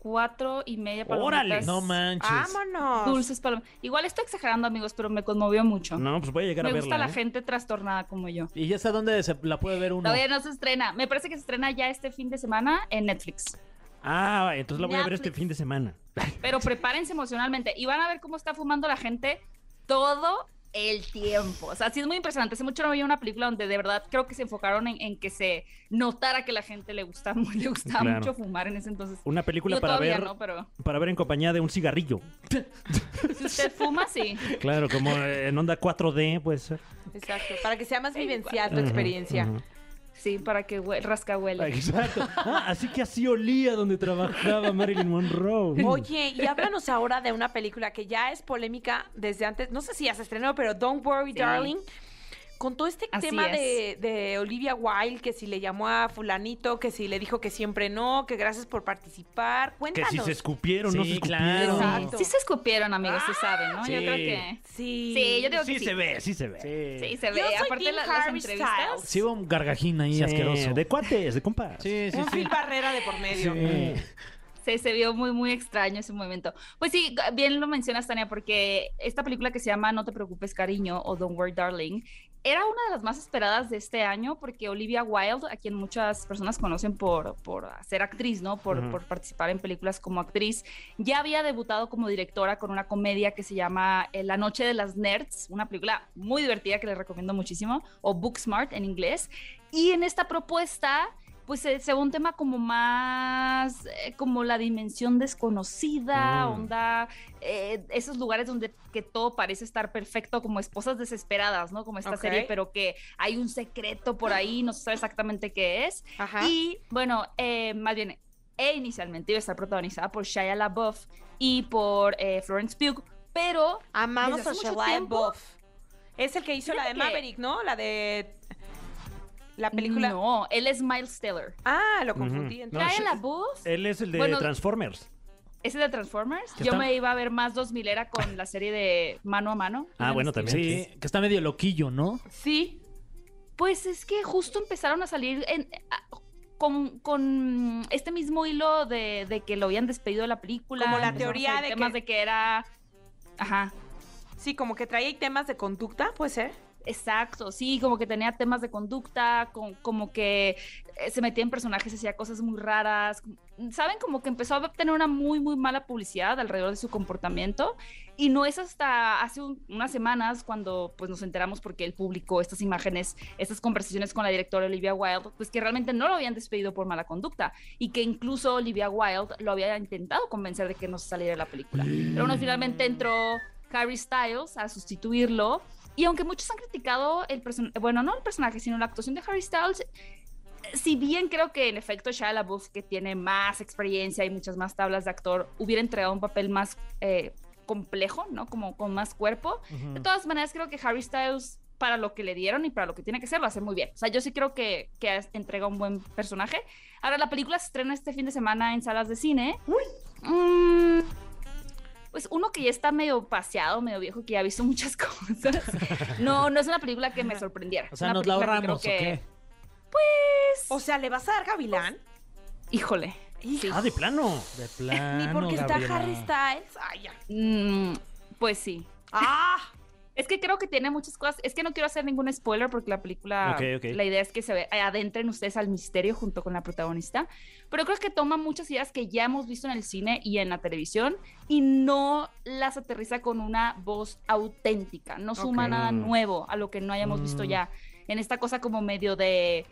Speaker 7: cuatro y media palomitas.
Speaker 3: Órale,
Speaker 4: No manches.
Speaker 2: Vámonos.
Speaker 7: Dulces palomitas. Igual estoy exagerando, amigos, pero me conmovió mucho.
Speaker 3: No, pues voy a llegar a
Speaker 7: me
Speaker 3: verla.
Speaker 7: gusta la
Speaker 3: ¿eh?
Speaker 7: gente trastornada como yo.
Speaker 4: ¿Y ya está dónde se la puede ver uno?
Speaker 7: Todavía no se estrena. Me parece que se estrena ya este fin de semana en Netflix.
Speaker 3: Ah, entonces la voy a ver este
Speaker 7: Netflix.
Speaker 3: fin de semana.
Speaker 7: Pero prepárense emocionalmente y van a ver cómo está fumando la gente todo el tiempo. O sea, sí es muy impresionante. Hace mucho no había una película donde de verdad creo que se enfocaron en, en que se notara que la gente le gustaba, le gustaba
Speaker 3: Claro.
Speaker 7: mucho fumar en ese entonces.
Speaker 3: Una película
Speaker 7: Digo,
Speaker 3: para
Speaker 7: todavía
Speaker 3: ver,
Speaker 7: no, pero
Speaker 3: para ver en compañía de un cigarrillo.
Speaker 7: si usted fuma, sí.
Speaker 3: Claro, como eh, en onda pues, 4D puede ser.
Speaker 2: Exacto, para que sea más
Speaker 7: Sí,
Speaker 2: vivencial tu experiencia.
Speaker 3: Ujú.
Speaker 7: Sí, para que hue- rasca huele.
Speaker 3: Exacto. Ah, así que así olía donde trabajaba Marilyn Monroe.
Speaker 2: Oye, y háblanos ahora de una película que ya es polémica desde antes, no sé si ya se estrenó, pero Don't Worry
Speaker 7: Sí.
Speaker 2: Darling, con todo este
Speaker 7: Así
Speaker 2: tema de, de Olivia Wilde, que si le llamó a fulanito, que si le dijo que siempre no, que gracias por participar,
Speaker 3: Que
Speaker 2: cuéntanos.
Speaker 3: si se escupieron, no se
Speaker 4: Sí,
Speaker 3: escupieron.
Speaker 4: claro.
Speaker 2: Exacto.
Speaker 7: Sí se escupieron, amigos, se sabe, ¿no? Yo
Speaker 3: sí.
Speaker 7: creo que...
Speaker 2: Sí.
Speaker 7: Sí, yo digo que
Speaker 3: Sí,
Speaker 7: sí.
Speaker 3: se ve, sí se ve.
Speaker 7: Sí,
Speaker 4: Sí.
Speaker 7: se ve.
Speaker 2: Yo soy
Speaker 7: Aparte
Speaker 2: Team
Speaker 7: la- las
Speaker 2: Harry
Speaker 7: entrevistas.
Speaker 2: Styles.
Speaker 4: Sí, hubo un gargajín ahí
Speaker 3: Sí,
Speaker 4: asqueroso.
Speaker 3: De cuates, de compas.
Speaker 4: Sí, sí,
Speaker 2: Un
Speaker 4: sí.
Speaker 2: Phil Barrera de por medio.
Speaker 4: Sí.
Speaker 7: Sí, se vio muy, muy extraño ese momento. Pues sí, bien lo mencionas, Tania, porque esta película que se llama No te preocupes, cariño, o Don't Worry, Darling, era una de las más esperadas de este año porque Olivia Wilde, a quien muchas personas conocen por, por ser actriz, ¿no? Por,
Speaker 3: Ujú.
Speaker 7: por participar en películas como actriz, ya había debutado como directora con una comedia que se llama eh, La Noche de las Nerds, una película muy divertida que les recomiendo muchísimo, o Booksmart en inglés. Y en esta propuesta pues se, se ve un tema como más, eh, como la dimensión desconocida,
Speaker 3: Mm.
Speaker 7: onda, eh, esos lugares donde que todo parece estar perfecto, como esposas desesperadas, ¿no? Como esta
Speaker 2: Ok.
Speaker 7: serie, pero que hay un secreto por ahí, no se sabe exactamente qué es.
Speaker 2: Ajá.
Speaker 7: Y bueno, eh, más bien, e inicialmente iba a estar protagonizada por Shia LaBeouf y por eh, Florence Pugh, pero
Speaker 2: Amamos
Speaker 7: desde
Speaker 2: a
Speaker 7: hace mucho
Speaker 2: Shia
Speaker 7: tiempo-
Speaker 2: Buff. Es el que hizo la de
Speaker 7: Fíjate que-
Speaker 2: Maverick, ¿no? La de la película.
Speaker 7: no, él es Miles Teller.
Speaker 2: Ah, lo
Speaker 3: Ujú.
Speaker 2: confundí. entonces.
Speaker 3: No,
Speaker 7: Shia
Speaker 3: Shi-
Speaker 7: LaBeouf
Speaker 3: Él es el de
Speaker 7: Bueno,
Speaker 3: Transformers.
Speaker 7: ¿Ese de Transformers?
Speaker 3: Que
Speaker 7: Yo
Speaker 3: está-
Speaker 7: me iba a ver más 2000 era con la serie de Mano a Mano.
Speaker 3: Ah, bueno,
Speaker 7: Steven
Speaker 3: también.
Speaker 7: Spielberg.
Speaker 4: Sí, que está medio loquillo, ¿no?
Speaker 2: Sí,
Speaker 7: Pues es que justo empezaron a salir en- a- con, con este mismo hilo de, de que lo habían despedido de la película.
Speaker 2: Como la
Speaker 7: empezaron a
Speaker 2: teoría
Speaker 7: salir
Speaker 2: de que-
Speaker 7: temas de que era... Ajá,
Speaker 2: sí, como que traía temas de conducta, puede ser.
Speaker 7: Exacto, sí, como que tenía temas de conducta, con- como que eh, se metía en personajes, hacía cosas muy raras. mm, Saben, como que empezó a tener una muy, muy mala publicidad alrededor de su comportamiento. Y no es hasta hace un- unas semanas cuando pues, nos enteramos porque él publicó estas imágenes, estas conversaciones con la directora Olivia Wilde, pues que realmente no lo habían despedido por mala conducta y que incluso Olivia Wilde lo había intentado convencer de que no se saliera de la película. Pero bueno, finalmente entró Harry Styles a sustituirlo. Y aunque muchos han criticado el personaje, bueno, no el personaje, sino la actuación de Harry Styles, si bien creo que en efecto Shia LaBeouf, que tiene más experiencia y muchas más tablas de actor, hubiera entregado un papel más eh, complejo, ¿no? Como con más cuerpo. De todas maneras, creo que Harry Styles, para lo que le dieron y para lo que tiene que ser, lo hace muy bien. O sea, yo sí creo que, que as- entrega un buen personaje. Ahora, la película se estrena este fin de semana en salas de cine. Mm, pues uno que ya está medio paseado, medio viejo, que ya ha visto muchas cosas. No, no es una película que me sorprendiera.
Speaker 4: O sea,
Speaker 7: Una
Speaker 4: ¿nos la
Speaker 7: película que creo
Speaker 4: ahorramos o
Speaker 7: que-
Speaker 4: qué?
Speaker 2: O sea, ¿le vas a dar Gavilán?
Speaker 7: Híjole. Sí.
Speaker 3: Ah, de plano.
Speaker 4: De plano,
Speaker 2: Ni porque está
Speaker 4: Gabriela.
Speaker 2: Harry Styles. Ay, ya.
Speaker 7: Mm, pues sí.
Speaker 2: ¡Ah!
Speaker 7: Es que creo que tiene muchas cosas. Es que no quiero hacer ningún spoiler porque la película.
Speaker 3: Ok, ok.
Speaker 7: La idea es que se ve- eh, adentren ustedes al misterio junto con la protagonista. Pero creo que toma muchas ideas que ya hemos visto en el cine y en la televisión y no las aterriza con una voz auténtica. No suma
Speaker 2: Ok.
Speaker 7: nada nuevo a lo que no hayamos visto
Speaker 4: Mm.
Speaker 7: ya. En esta cosa como medio de.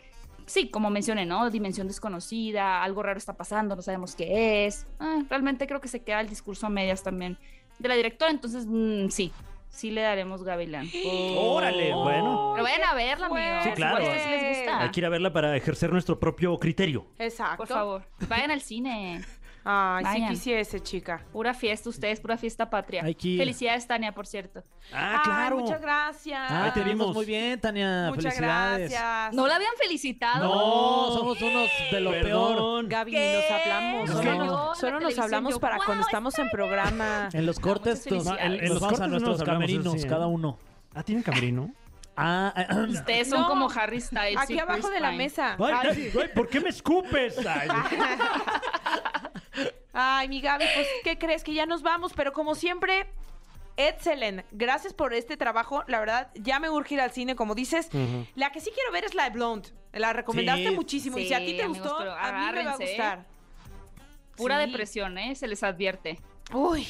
Speaker 7: Sí, como mencioné, ¿no? Dimensión desconocida, algo raro está pasando, no sabemos qué es. Ah, realmente creo que se queda el discurso a medias también de la directora, entonces mm, sí, sí le daremos Gavilán.
Speaker 3: Órale,
Speaker 4: Oh.
Speaker 2: Oh,
Speaker 3: bueno.
Speaker 7: Pero vayan a verla, amigos.
Speaker 2: fuerte.
Speaker 3: Sí, claro.
Speaker 7: Igual pues, si les gusta.
Speaker 3: Hay que ir a verla para ejercer nuestro propio criterio.
Speaker 2: Exacto.
Speaker 7: Por favor, vayan al cine.
Speaker 2: Ay, sí
Speaker 7: Vayan.
Speaker 2: quisiese, chica.
Speaker 7: Pura fiesta ustedes, pura fiesta patria.
Speaker 4: Hay que ir.
Speaker 7: Felicidades, Tania, por cierto.
Speaker 3: Ah,
Speaker 2: Ay,
Speaker 3: claro.
Speaker 2: muchas gracias.
Speaker 4: Ah, te vimos
Speaker 3: vimos.
Speaker 4: muy bien, Tania.
Speaker 2: Muchas
Speaker 4: Felicidades.
Speaker 2: gracias.
Speaker 7: No la habían felicitado.
Speaker 4: No, somos unos de lo peor.
Speaker 3: Perdón.
Speaker 2: Gaby,
Speaker 7: ¿Qué?
Speaker 2: ni nos hablamos.
Speaker 4: No.
Speaker 2: Solo,
Speaker 7: Salió en la
Speaker 2: solo nos
Speaker 7: televisión,
Speaker 2: hablamos
Speaker 7: yo,
Speaker 2: para
Speaker 7: "Guau,
Speaker 2: cuando estamos en programa.
Speaker 4: En los cortes,
Speaker 7: muchas
Speaker 4: nos-
Speaker 7: felicidades.
Speaker 4: en- en
Speaker 3: En
Speaker 4: los
Speaker 3: los
Speaker 4: vamos a
Speaker 3: cortes no
Speaker 4: nuestros
Speaker 3: nos hablamos,
Speaker 4: camerinos,
Speaker 3: sí.
Speaker 4: cada uno.
Speaker 3: Ah, ¿tienen camerino?
Speaker 4: Ah, ah,
Speaker 7: Ustedes son
Speaker 2: No.
Speaker 7: como Harry Styles. y
Speaker 2: Aquí abajo
Speaker 7: Chris
Speaker 2: de la
Speaker 7: Pine.
Speaker 2: mesa.
Speaker 3: Ay,
Speaker 2: Ay,
Speaker 3: ay, ay, ¿Por qué me escupes? Ay,
Speaker 2: Ay, mi Gaby, pues, ¿qué crees? Que ya nos vamos, pero como siempre, excelente. Gracias por este trabajo. La verdad, ya me urge ir al cine, como dices.
Speaker 3: Ujú.
Speaker 2: La que sí quiero ver es la de Blonde. La recomendaste
Speaker 4: Sí.
Speaker 2: muchísimo. y
Speaker 7: Sí,
Speaker 2: si a ti te
Speaker 7: amigos,
Speaker 2: gustó,
Speaker 7: pero
Speaker 2: a mí me va a
Speaker 7: agárrense, ¿eh?
Speaker 2: gustar.
Speaker 7: Pura
Speaker 2: Sí.
Speaker 7: depresión, ¿eh? Se les advierte.
Speaker 2: Uy.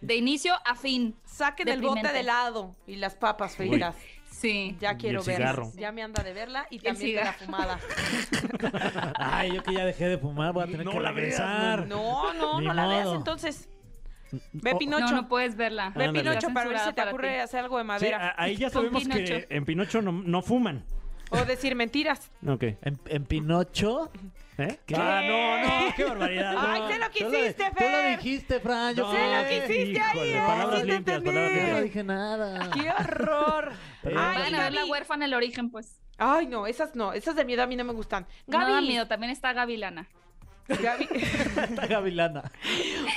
Speaker 7: de inicio a fin.
Speaker 2: Saquen el bote
Speaker 7: Deprimente.
Speaker 2: de helado y las papas fritas.
Speaker 7: Sí.
Speaker 2: Ya quiero
Speaker 3: el
Speaker 2: verla.
Speaker 3: cigarro.
Speaker 2: Ya me anda de verla y también de la
Speaker 7: cigarro.
Speaker 2: fumada.
Speaker 4: Ay, yo que ya dejé de fumar, voy a tener
Speaker 3: No
Speaker 4: que
Speaker 3: la veas,
Speaker 4: regresar.
Speaker 2: No, no,
Speaker 4: Ni
Speaker 2: no la veas
Speaker 4: modo.
Speaker 2: entonces. Ve
Speaker 4: Oh,
Speaker 7: No,
Speaker 2: Pinocho.
Speaker 7: no puedes verla.
Speaker 2: Ve
Speaker 4: Ándale.
Speaker 2: Pinocho para ver si
Speaker 7: Censurada
Speaker 2: te
Speaker 7: para
Speaker 2: ocurre
Speaker 7: ti.
Speaker 2: hacer algo de
Speaker 3: Ah, Sí,
Speaker 2: madera.
Speaker 3: a- ahí ya
Speaker 7: Con
Speaker 3: sabemos que
Speaker 7: Pinocho.
Speaker 3: en Pinocho no, no fuman.
Speaker 4: ah.
Speaker 2: O decir mentiras.
Speaker 3: Ok.
Speaker 4: En, en Pinocho.
Speaker 3: ¿Eh?
Speaker 4: ¿Qué?
Speaker 3: Ah, no, no, qué barbaridad.
Speaker 2: Ay,
Speaker 3: no.
Speaker 2: sé lo que
Speaker 4: Tú la-
Speaker 2: hiciste,
Speaker 4: Tú lo
Speaker 2: Fer.
Speaker 4: dijiste, Fran. Yo
Speaker 3: No,
Speaker 2: sé lo que
Speaker 4: qué-
Speaker 2: hiciste
Speaker 3: híjole,
Speaker 2: ahí,
Speaker 3: palabras
Speaker 2: así te
Speaker 3: limpias,
Speaker 2: entendí.
Speaker 3: palabras
Speaker 4: Yo no
Speaker 3: limpias.
Speaker 4: dije nada.
Speaker 2: ¡Qué horror!
Speaker 4: Pero-
Speaker 2: Ay,
Speaker 7: Van a ver la
Speaker 2: Gaby.
Speaker 7: huérfana el origen, pues.
Speaker 2: Ay, no, esas no, esas de miedo a mí no me gustan.
Speaker 7: No da
Speaker 2: Gaby,
Speaker 7: miedo, también está Gavilana.
Speaker 2: Gaby.
Speaker 4: Esta gavilana.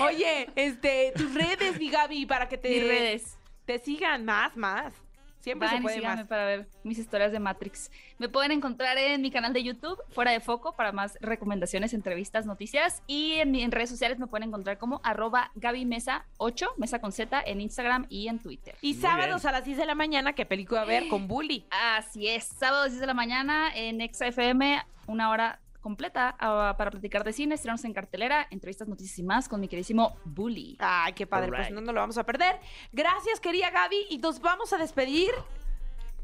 Speaker 2: Oye, este, tus redes, mi Gaby, para que te
Speaker 7: Mis redes.
Speaker 2: te sigan más, más. Siempre se
Speaker 7: Van y
Speaker 2: puede
Speaker 7: síganme
Speaker 2: más.
Speaker 7: para ver mis historias de Matrix. Me pueden encontrar en mi canal de YouTube, Fuera de Foco, para más recomendaciones, entrevistas, noticias. Y en, mi- en redes sociales me pueden encontrar como arroba Gaby Mesa 8, Mesa con Z, en Instagram y en Twitter.
Speaker 2: Y
Speaker 3: Muy
Speaker 2: sábados
Speaker 3: bien.
Speaker 2: a las 10 de la mañana, ¿qué película va a ver con Bully?
Speaker 7: Así es, sábado 10 de la mañana en XFM, una hora completa ah, para platicar de cine, estrenos en cartelera, entrevistas, noticias y más con mi queridísimo Bully.
Speaker 2: Ay, qué padre, pues
Speaker 3: Alright.
Speaker 2: no nos lo vamos a perder. Gracias, querida Gaby, y nos vamos a despedir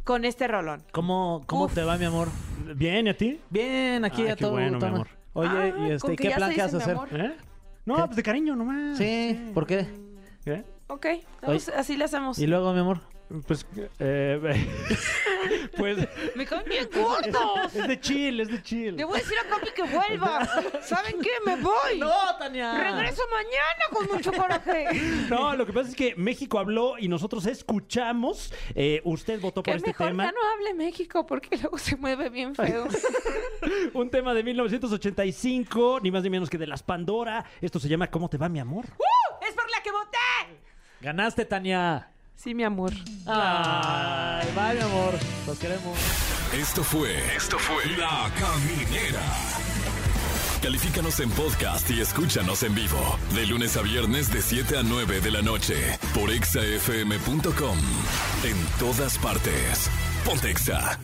Speaker 2: con este rolón.
Speaker 4: ¿Cómo, cómo
Speaker 2: Uf.
Speaker 4: te va, mi amor?
Speaker 3: Bien, ¿y a ti?
Speaker 4: Bien, aquí
Speaker 3: Ay,
Speaker 4: a
Speaker 3: qué
Speaker 4: todo
Speaker 3: bueno, mi
Speaker 4: toma.
Speaker 3: amor.
Speaker 4: Oye,
Speaker 2: Ah,
Speaker 4: y
Speaker 2: con
Speaker 4: este,
Speaker 2: que
Speaker 4: ¿qué
Speaker 2: ya
Speaker 4: plan
Speaker 2: se
Speaker 4: que vas a
Speaker 2: dicen
Speaker 4: hacer?
Speaker 2: mi amor.
Speaker 3: ¿Eh? No,
Speaker 4: ¿Qué?
Speaker 3: pues de cariño nomás. ¿Eh?
Speaker 4: Sí, ¿por qué?
Speaker 3: ¿Qué?
Speaker 2: Ok, vamos, así le hacemos.
Speaker 4: Y luego, mi amor.
Speaker 3: Pues, eh, pues,
Speaker 2: Me caen bien cortos.
Speaker 3: es de chill, es de chill.
Speaker 2: Le voy a decir a Capi que vuelva. ¿Saben qué? Me voy.
Speaker 4: Tania!
Speaker 2: Regreso mañana con mucho coraje.
Speaker 3: No, lo que pasa es que México habló y nosotros escuchamos. Eh, usted votó
Speaker 2: Que
Speaker 3: por este
Speaker 2: mejor
Speaker 3: tema.
Speaker 2: ya no hable México porque luego se mueve bien feo.
Speaker 3: Un tema de 1985, ni más ni menos que de las Pandora. Esto se llama ¿Cómo te va, mi amor?
Speaker 2: ¡Es por la que voté!
Speaker 4: ¡Ganaste, Tania!
Speaker 2: Sí, mi amor.
Speaker 4: ¡Ay, va, mi amor! Los queremos.
Speaker 1: Esto fue. Esto fue. La Caminera. Califícanos en podcast y escúchanos en vivo. De lunes a viernes, de 7 a 9 de la noche. Por exafm.com. En todas partes. Pontexa.